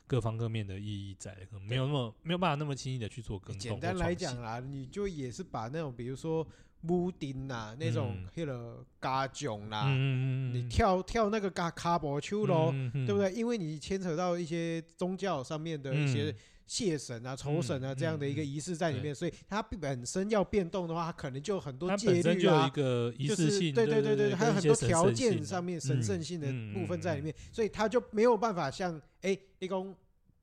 各方各面的意义在，可能没有那么没有办法那么轻易的去做更动。
简单来讲，啊啦，你就也是把那种比如说屋顶呐那种
嗯
那个嘎囧啦，
嗯嗯嗯，
你跳跳那个嘎卡波丘咯，
嗯，
对
对
不？对？因为你牵扯到一些宗教上面的一些
嗯
谢神啊、酬神啊
嗯
这样的一个
嗯
仪式在里面，所以它本身要变动的话，它可能就有很多
它
戒
本身
律
就有一
啊。
个仪
就
式
是
性，
对
对
对对，还有很多条件上面
嗯
神圣性的部分在里面，所以它就没有办法像哎一公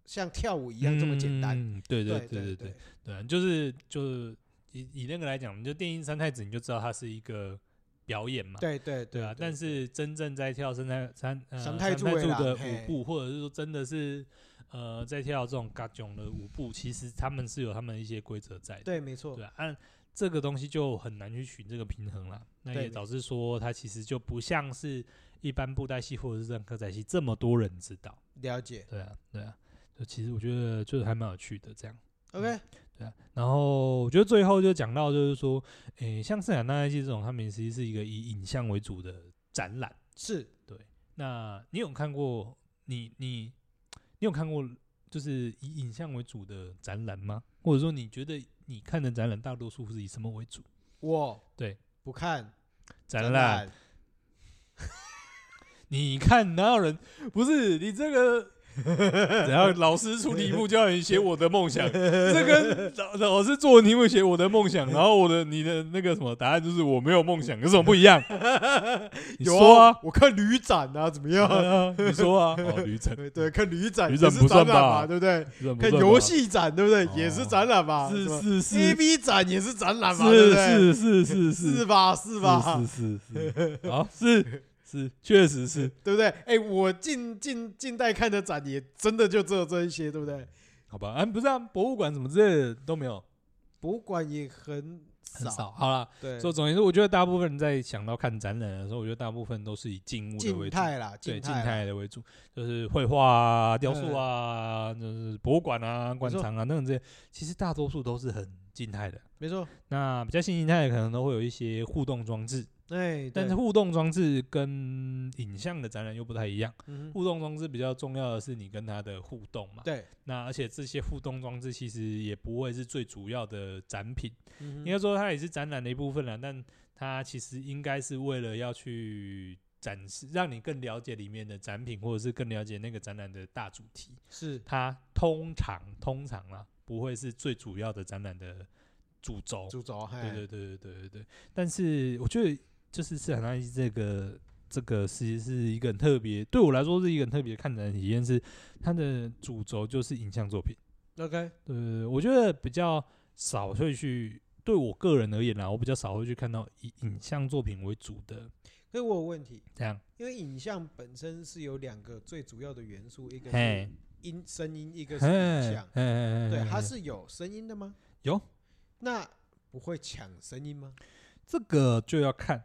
像跳舞一
一
样这么简单。
嗯，对
对
对对
对
对，对啊，就是就是以以那个来讲，你就电音三太子，你就知道它是一个表演嘛，
对对
对啊。但是真正在跳三太三呃
三
三
太
太
子
子
的啦
的
嘿
舞步，或者是说真的是呃在跳这种嘎囧的舞步，其实他们是有他们一些规则在的，
对，没错
对，啊。按这个东西就很难去取这个平衡啦，那
对
也
没
导致说它其实就不像是一般布袋戏或者是任何仔戏这么多人知道，
了解。
对啊，对啊，就其实我觉得就是还蛮有趣的这样。
OK，
对啊，然后我觉得最后就讲到，就是说，诶，像圣雅纳奈记这种，他们其实是一个以影像为主的展览。
是
那你有看过你你你有看过就是以影像为主的展览吗？或者说你觉得你看的展览大多数是以什么为主？
我
对
不看
展览，，你看哪有人不是你这个？然后老师出题目叫你写我的梦想，这跟老老师做题目写我的梦想，然后我的你的那个什么答案就是我没有梦想，有什么不一样？你
有
说啊，，
我看旅展啊，怎么样？
啊你说啊，哦，旅程，
对对，看旅展，
旅展不
算
算吧
嘛，对不对？
旅程不
看
算吧
游戏展，对不对？
哦
也是展览吧？
是
什么
是
A
是
B 展也是展览嘛，对不对？
是是是是
是吧？是吧？
是是是是，好是是，确实是，
对不对？哎，我近近近代看的展也真的就只有这一些，对不对？
好吧，啊，不是啊，博物馆什么之类的都没有，
博物馆也很
很少，好啦，
对，
所以总而言之，我觉得大部分人在想到看展览的时候，我觉得大部分都是以静物的
静
为主，
态啦，
对静
态啦，
态的为主，就是绘画啊、雕塑啊、就是博物馆啊、馆藏啊等等这些，其实大多数都是很静态的。
没错。
那比较新形态的可能都会有一些互动装置，
哎，
但
对
是互动装置跟影像的展览又不太一样。
嗯哼
互动装置比较重要的是你跟它的互动嘛，
对，
那而且这些互动装置其实也不会是最主要的展品。
嗯
应
哼
该说它也是展览的一部分啦，但它其实应该是为了要去展示，让你更了解里面的展品，或者是更了解那个展览的大主题。
是
它通常通常啦，不会是最主要的展览的主轴。
主轴，
对
哎，
对对对对对对。但是我觉得就是斯坦纳西这个这个其实是一个很特别，对我来说是一个很特别的看展的体验，是它的主轴就是影像作品。
OK，
对，我觉得比较少会去，对我个人而言啦，我比较少会去看到以影像作品为主的
可是我有问题，
这样。
因为影像本身是有两个最主要的元素，一个是
嘿
音声音，一个是影
嘿
像，。
嗯
对，它是有声音的吗？
有
那不会抢声音
(laughs)
吗？
这个就要看，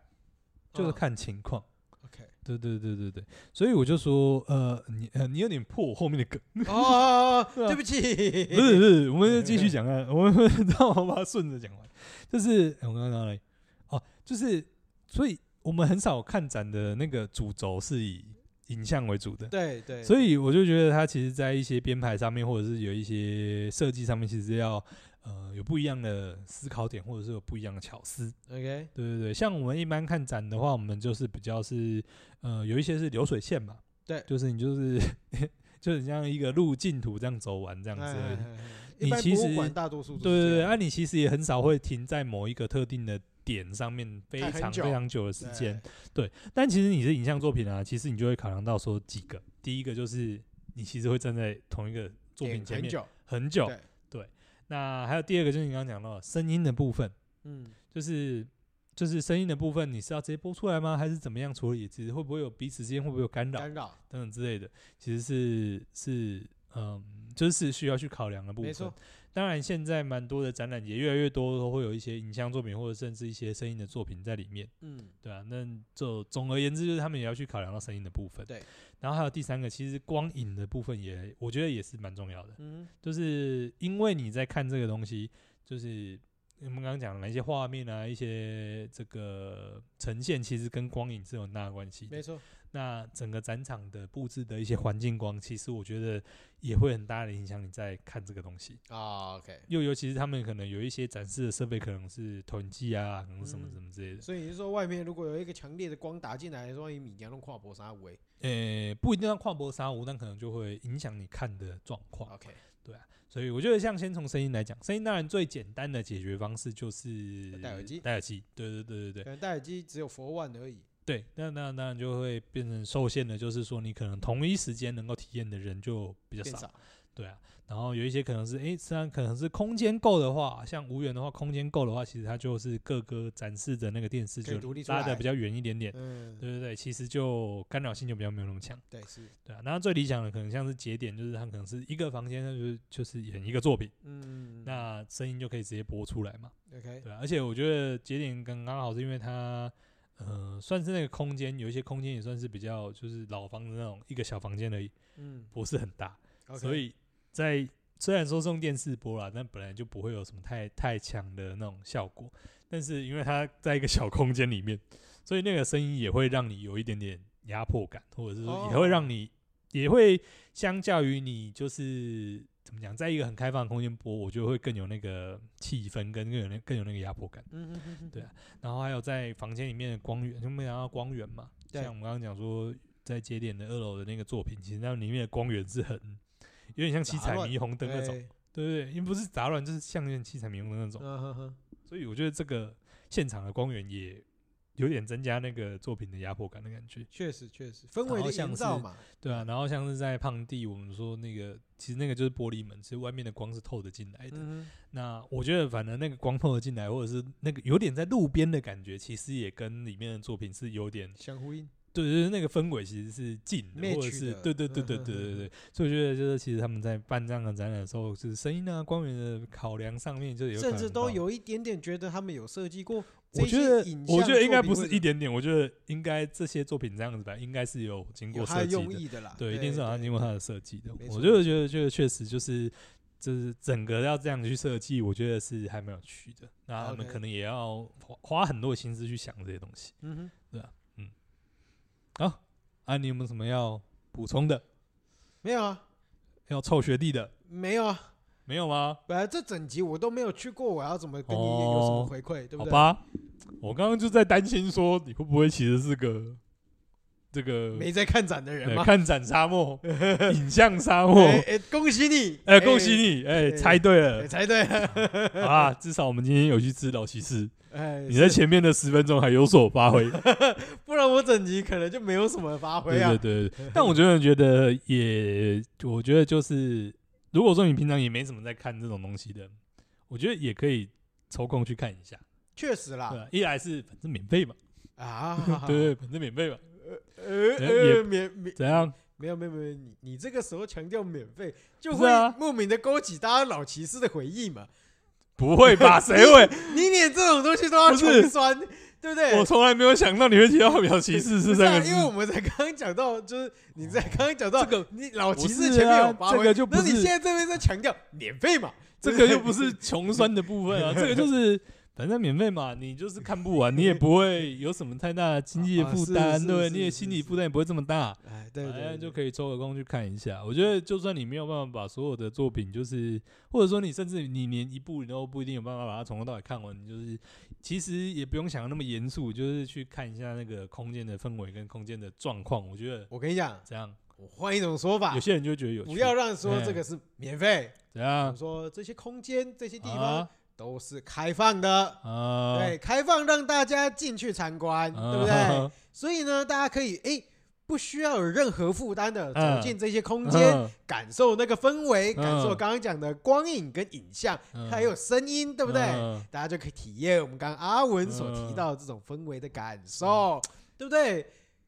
就是
嗯
看情况。
OK，
对对对对对，所以我就说，呃，你呃，你有点破我后面的
(laughs)
梗，
哦，
对啊
对不起，
不是不是，我们继续讲啊，我们让我把它顺着讲完。就是哎我刚刚哪里？哦，就是所以我们很少看展的那个主轴是以影像为主
(laughs)
的，
对对，
所以我就觉得它其实，在一些编排上面，或者是有一些设计上面，其实要呃有不一样的思考点，或者是有不一样的巧思。
OK，
对对对，像我们一般看展的话，我们就是比较是呃有一些是流水线嘛，
对
就是你就是 (laughs) 就是像一个路径图这样走完这样
哎
子而已。
一
你
般
其
博物
实
馆大多数都
对
是
对
这
对，
样
啊，你其实也很少会停在某一个特定的点上面非
看很
常
久
非常久的时间。
对
但其实你是影像作品啊，其实你就会考量到说几个，第一个就是你其实会站在同一个作品
点
前
很
面
久，
很久
对
哦那还有第二个就是你刚刚讲到的声音的部分，
嗯，
就是就是声音的部分，你是要直接播出来吗？还是怎么样处理？其实会不会有彼此之间会不会有干扰
干扰，
等等之类的？其实是是嗯，就是是需要去考量的部
没
分
错。，
当然，现在蛮多的展览也越来越多都会有一些影像作品或者甚至一些声音的作品在里面。
嗯，
对啊，那就总而言之，就是他们也要去考量到声音的部分。
对，
然后还有第三个，其实光影的部分也，我觉得也是蛮重要的，
嗯，
就是因为你在看这个东西，就是我们刚刚讲的一些画面啊，一些这个呈现，其实跟光影是有很大的关系的。
没错，
那整个展场的布置的一些环境光，其实我觉得也会很大的影响你在看这个东西。
啊，OK。
又尤其是他们可能有一些展示的设备，可能是投影机啊，可能是什么
嗯
什么之类的。
所以你是说，外面如果有一个强烈的光打进来，万一米娘弄跨博啥围
呃，不一定要跨博沙屋，但可能就会影响你看的状况。
？OK，
所以我觉得，像先从声音来讲，声音当然最简单的解决方式就是
戴耳机
戴耳机，对对对对
可
对
能戴耳机只有 for one 而已。
对。那那当然就会变成受限的，就是说你可能同一时间能够体验的人就比较
变
少，
少，
对啊。然后有一些可能是，诶，虽然可能是空间够的话，像无缘的话，空间够的话，其实它就是各个展示的那个电视
可以
就
独立出
拉的
来
比较远一点点，
嗯，
对对对，其实就干扰性就比较没有那么强。
对，是，
对啊，那最理想的可能像是节点，就是它可能是一个房间，它就是就是演一个作品，
嗯，
那声音就可以直接播出来嘛，
OK，
对啊，而且我觉得节点刚刚好是因为它，呃，算是那个空间，有一些空间也算是比较就是老房子那种一个小房间而已，
嗯
不是很大，
，OK，
所以在虽然说是用电视播啦，但本来就不会有什么太太强的那种效果，但是因为它在一个小空间里面，所以那个声音也会让你有一点点压迫感，或者是说
哦
也会让你、也会相较于你就是怎么讲，在一个很开放的空间播，我觉得会更有那个气氛跟更有那更有那个压迫感。
嗯，嗯嗯嗯，
对啊然后还有在房间里面的光源，就没讲到光源嘛，
对
像我们刚刚讲说，在节点的二楼的那个作品，其实那里面的光源是很有点像七彩
杂乱
霓虹灯那种，
哎，
对对对，因为不是杂乱，就是像那种七彩霓虹灯那种，
嗯哼哼，
所以我觉得这个现场的光源也有点增加那个作品的压迫感的感觉，
确实确实，氛
然
围
后
的
像
营造
是
嘛，
对啊，然后像是在胖地，我们说那个其实那个就是玻璃门，其实外面的光是透的进来的，
嗯哼，
那我觉得，反正那个光透了进来，或者是那个有点在路边的感觉，其实也跟里面的作品是有点，
相呼应，
对，就是那个氛围其实是近的，
Match
或者是
的
对对对对
嗯
对对
嗯
对。所以我觉得，就是其实他们在办这样的展览的时候，就是声音啊、光源的考量上面，就有
甚
考
至
量
都
到。
有一点点觉得他们有设计过这
我觉
些
得
影像作品或者。
我觉得应该不是一点点，我觉得应该这些作品这样子吧，应该是有经过
有它
设
的
计
用
的。
意的啦，
对，一定是好啊像经过他的设计的
没。
我
错
就觉得，觉得确实就是，就是整个要这样去设计，我觉得是还蛮有趣的。那他们
OK
可能也要花花很多的心思去想这些东西。
嗯哼，
好，啊，你有没有什么要补充的？
没有啊，
要臭学弟的
没有啊，
没有吗？
本来这整集我都没有去过，我要怎么跟你有什么
哦
回馈，对不
好
对？
吧，我刚刚就在担心说，你会不会其实是个这个
没在看展的人
呃
吗？
看展
(laughs)
沙漠、影像沙漠？
哎哎，恭喜你，
哎，恭喜你，哎，
哎
猜对
哎，
了
猜对了，
啊！至少我们今天有去吃老骑士。
哎，
你在
是
前面的十分钟还有所
(laughs)
发挥，
不然我整集可能就没有什么发挥
对
啊
对。对对。但我真的觉得也，我觉得就是，如果说你平常也没什么在看这种东西的，我觉得也可以抽空去看一下。
确实
对
啦，
啊，一来是反正免费嘛， (laughs)
啊，
对对，反正免费嘛，
呃
也
呃，免免
怎样？
没有没有没有，你你这个时候强调免费，就
不是
会
啊
莫名的勾起大家老骑士的回忆嘛。
不会 (laughs) 吧？谁会？
你连这种东西都要
不是
穷酸，对不对？
我从来没有想到你会提到表骑士
不
是
是
这
啊
个字
因。为我们才刚刚讲到，就是你在刚刚讲到这个，你老骑士
不是啊
前面有发
这
挥，
个就不
那
是
你现在这边在强调免费嘛？
(laughs) 这个又不是穷酸的部 (laughs) 分啊，这个就是反正免费嘛，你就是看不完，你也不会有什么太大的经济的
啊
负
是
担，
是
对不对，
是
你也
是
心理
是
负担也不会这么大。
哎，对
反
对，
正就
以。
可以抽个空去看一下。我觉得，就算你没有办法把所有的作品，就是或者说你甚至你连一部你都不一定有办法把它从头到尾看完，你就是其实也不用想那么严肃，就是去看一下那个空间的氛围跟空间的状况。我觉得
我跟你讲，
这样，
我换一种说法
有，些人就觉得有趣，哎
不啊要让说这个是免费，
怎
我
样
说这些空间、这些地方
啊
都是开放的，
啊，
对，开放让大家进去参观，
啊 (laughs)
对不对？？所以呢，大家可以哎。不需要有任何负担的
嗯
走进这些空间，
嗯
感受那个氛围，
嗯
感受刚刚讲的光影跟影像，
(laughs) 嗯
还有声音，对不对？
嗯
大家就可以体验我们刚刚阿文所提到的这种氛围的感受，
嗯
对不对？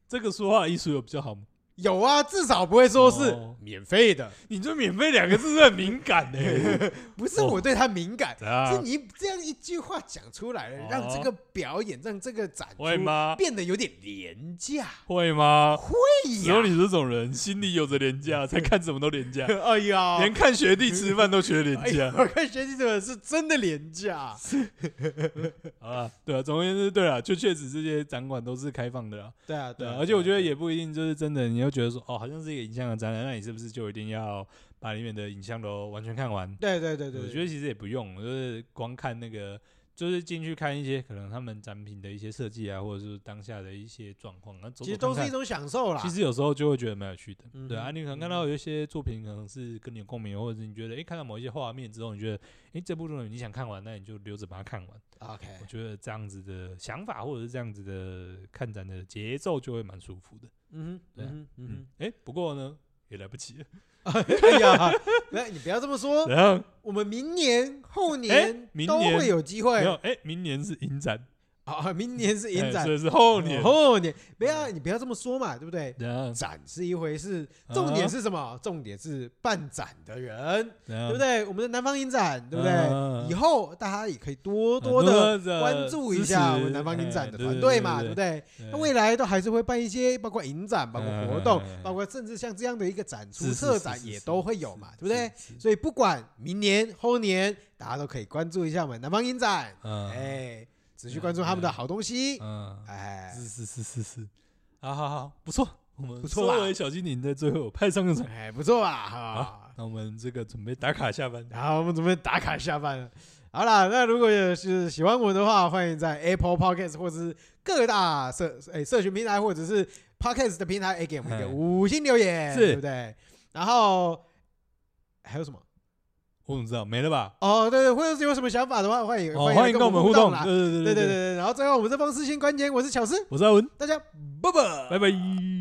这个说话艺术有比较好吗？
有啊，至少不会说是
哦
免费的， (laughs)
你这“免费”两个字是很敏感的、
不
哦
是我对他敏感，
怎样
是你这样一句话讲出来了，
啊哦
让这个表演，让这个展出
会吗？
变得有点廉价。
会吗？
哎
只有
呀，
你这种人，心里有着廉
(laughs)
价，才看什么都廉价，
哎呀，
连看学弟吃饭都觉得
哎
廉
呀
价，
我看学弟这个是真的廉价，
(laughs) 啊。对啊，总而言之，对啊，就确实这些展馆都是开放的啦。
对啊，
对
啊
啊，，而且我觉得
对啊
也不一定就是真的，你又觉得说哦，好像是一个影像的展览，那你是不是就一定要把里面的影像都完全看完？
对对对对，
我觉得其实也不用，就是光看那个，就是进去看一些可能他们展品的一些设计啊，或者是当下的一些状况，那走
其实
走
都
看
是一
看
种享受啦。
其实有时候就会觉得蛮有趣的，
嗯
对啊，
哼
你可能看到有一些作品可能是跟你有共鸣，或者是你觉得诶看到某一些画面之后，你觉得诶这部作品你想看完，那你就留着把它看完。
啊 OK，
我觉得这样子的想法或者是这样子的看展的节奏就会蛮舒服的。
嗯哼，
对啊
嗯哼，
嗯
嗯， (laughs)
诶，不过呢也来不及了，
哼，哎呀，不要你不要这么说，
然后
我们明年、后年
哎明
都
年
会有机
没
会
有诶，明年是影展，
啊，明年是
诶
影展哦
所，以是后年。
后年不要你不要这么说嘛，对不对？
然后，
展是一回事，
嗯
重点是什么？重点是办展的人，
对
对不？对？我们的南方影展，对不对？
嗯
以后大家也可以多
多
多的
的
关注一
支
下我
持
们南方影展
哎
的
对
团
对
队
对
嘛，对
对哎
不对？
对
那未来都还是会办一些，包括影展，包括活动
嗯，
包括甚至像这样的一个展出、
是是
策
是
展
是
也
是
都会有嘛，对不对？？
是是是
所以不管明年、后年，大家都可以关注一下我们南方影展，
嗯，
哎，持续关注他们的好东西，
嗯，
哎
是是是是是，好好好，不错，我们
不错吧
作为小精灵在最后派上用场。
哎，不错啊，哈。
那我们这个准备打卡下班，
然后我们准备打卡下班了。好啦，那如果也是喜欢我的话，欢迎在 Apple Podcast 或者是各大社诶、社群平台或者是 Podcast 的平台，诶、给我们一个
嗯
五星留言，
是
对不对？然后还有什么？
我怎么知道没了吧？
哦，对对，或者是有什么想法的话，欢迎、
哦，欢
跟
迎跟我们互
动
动，
啦。
对对
对
对
对对，然后最后我们是方思新关键，我是小诗，
我是阿文，
大家拜拜，
拜拜。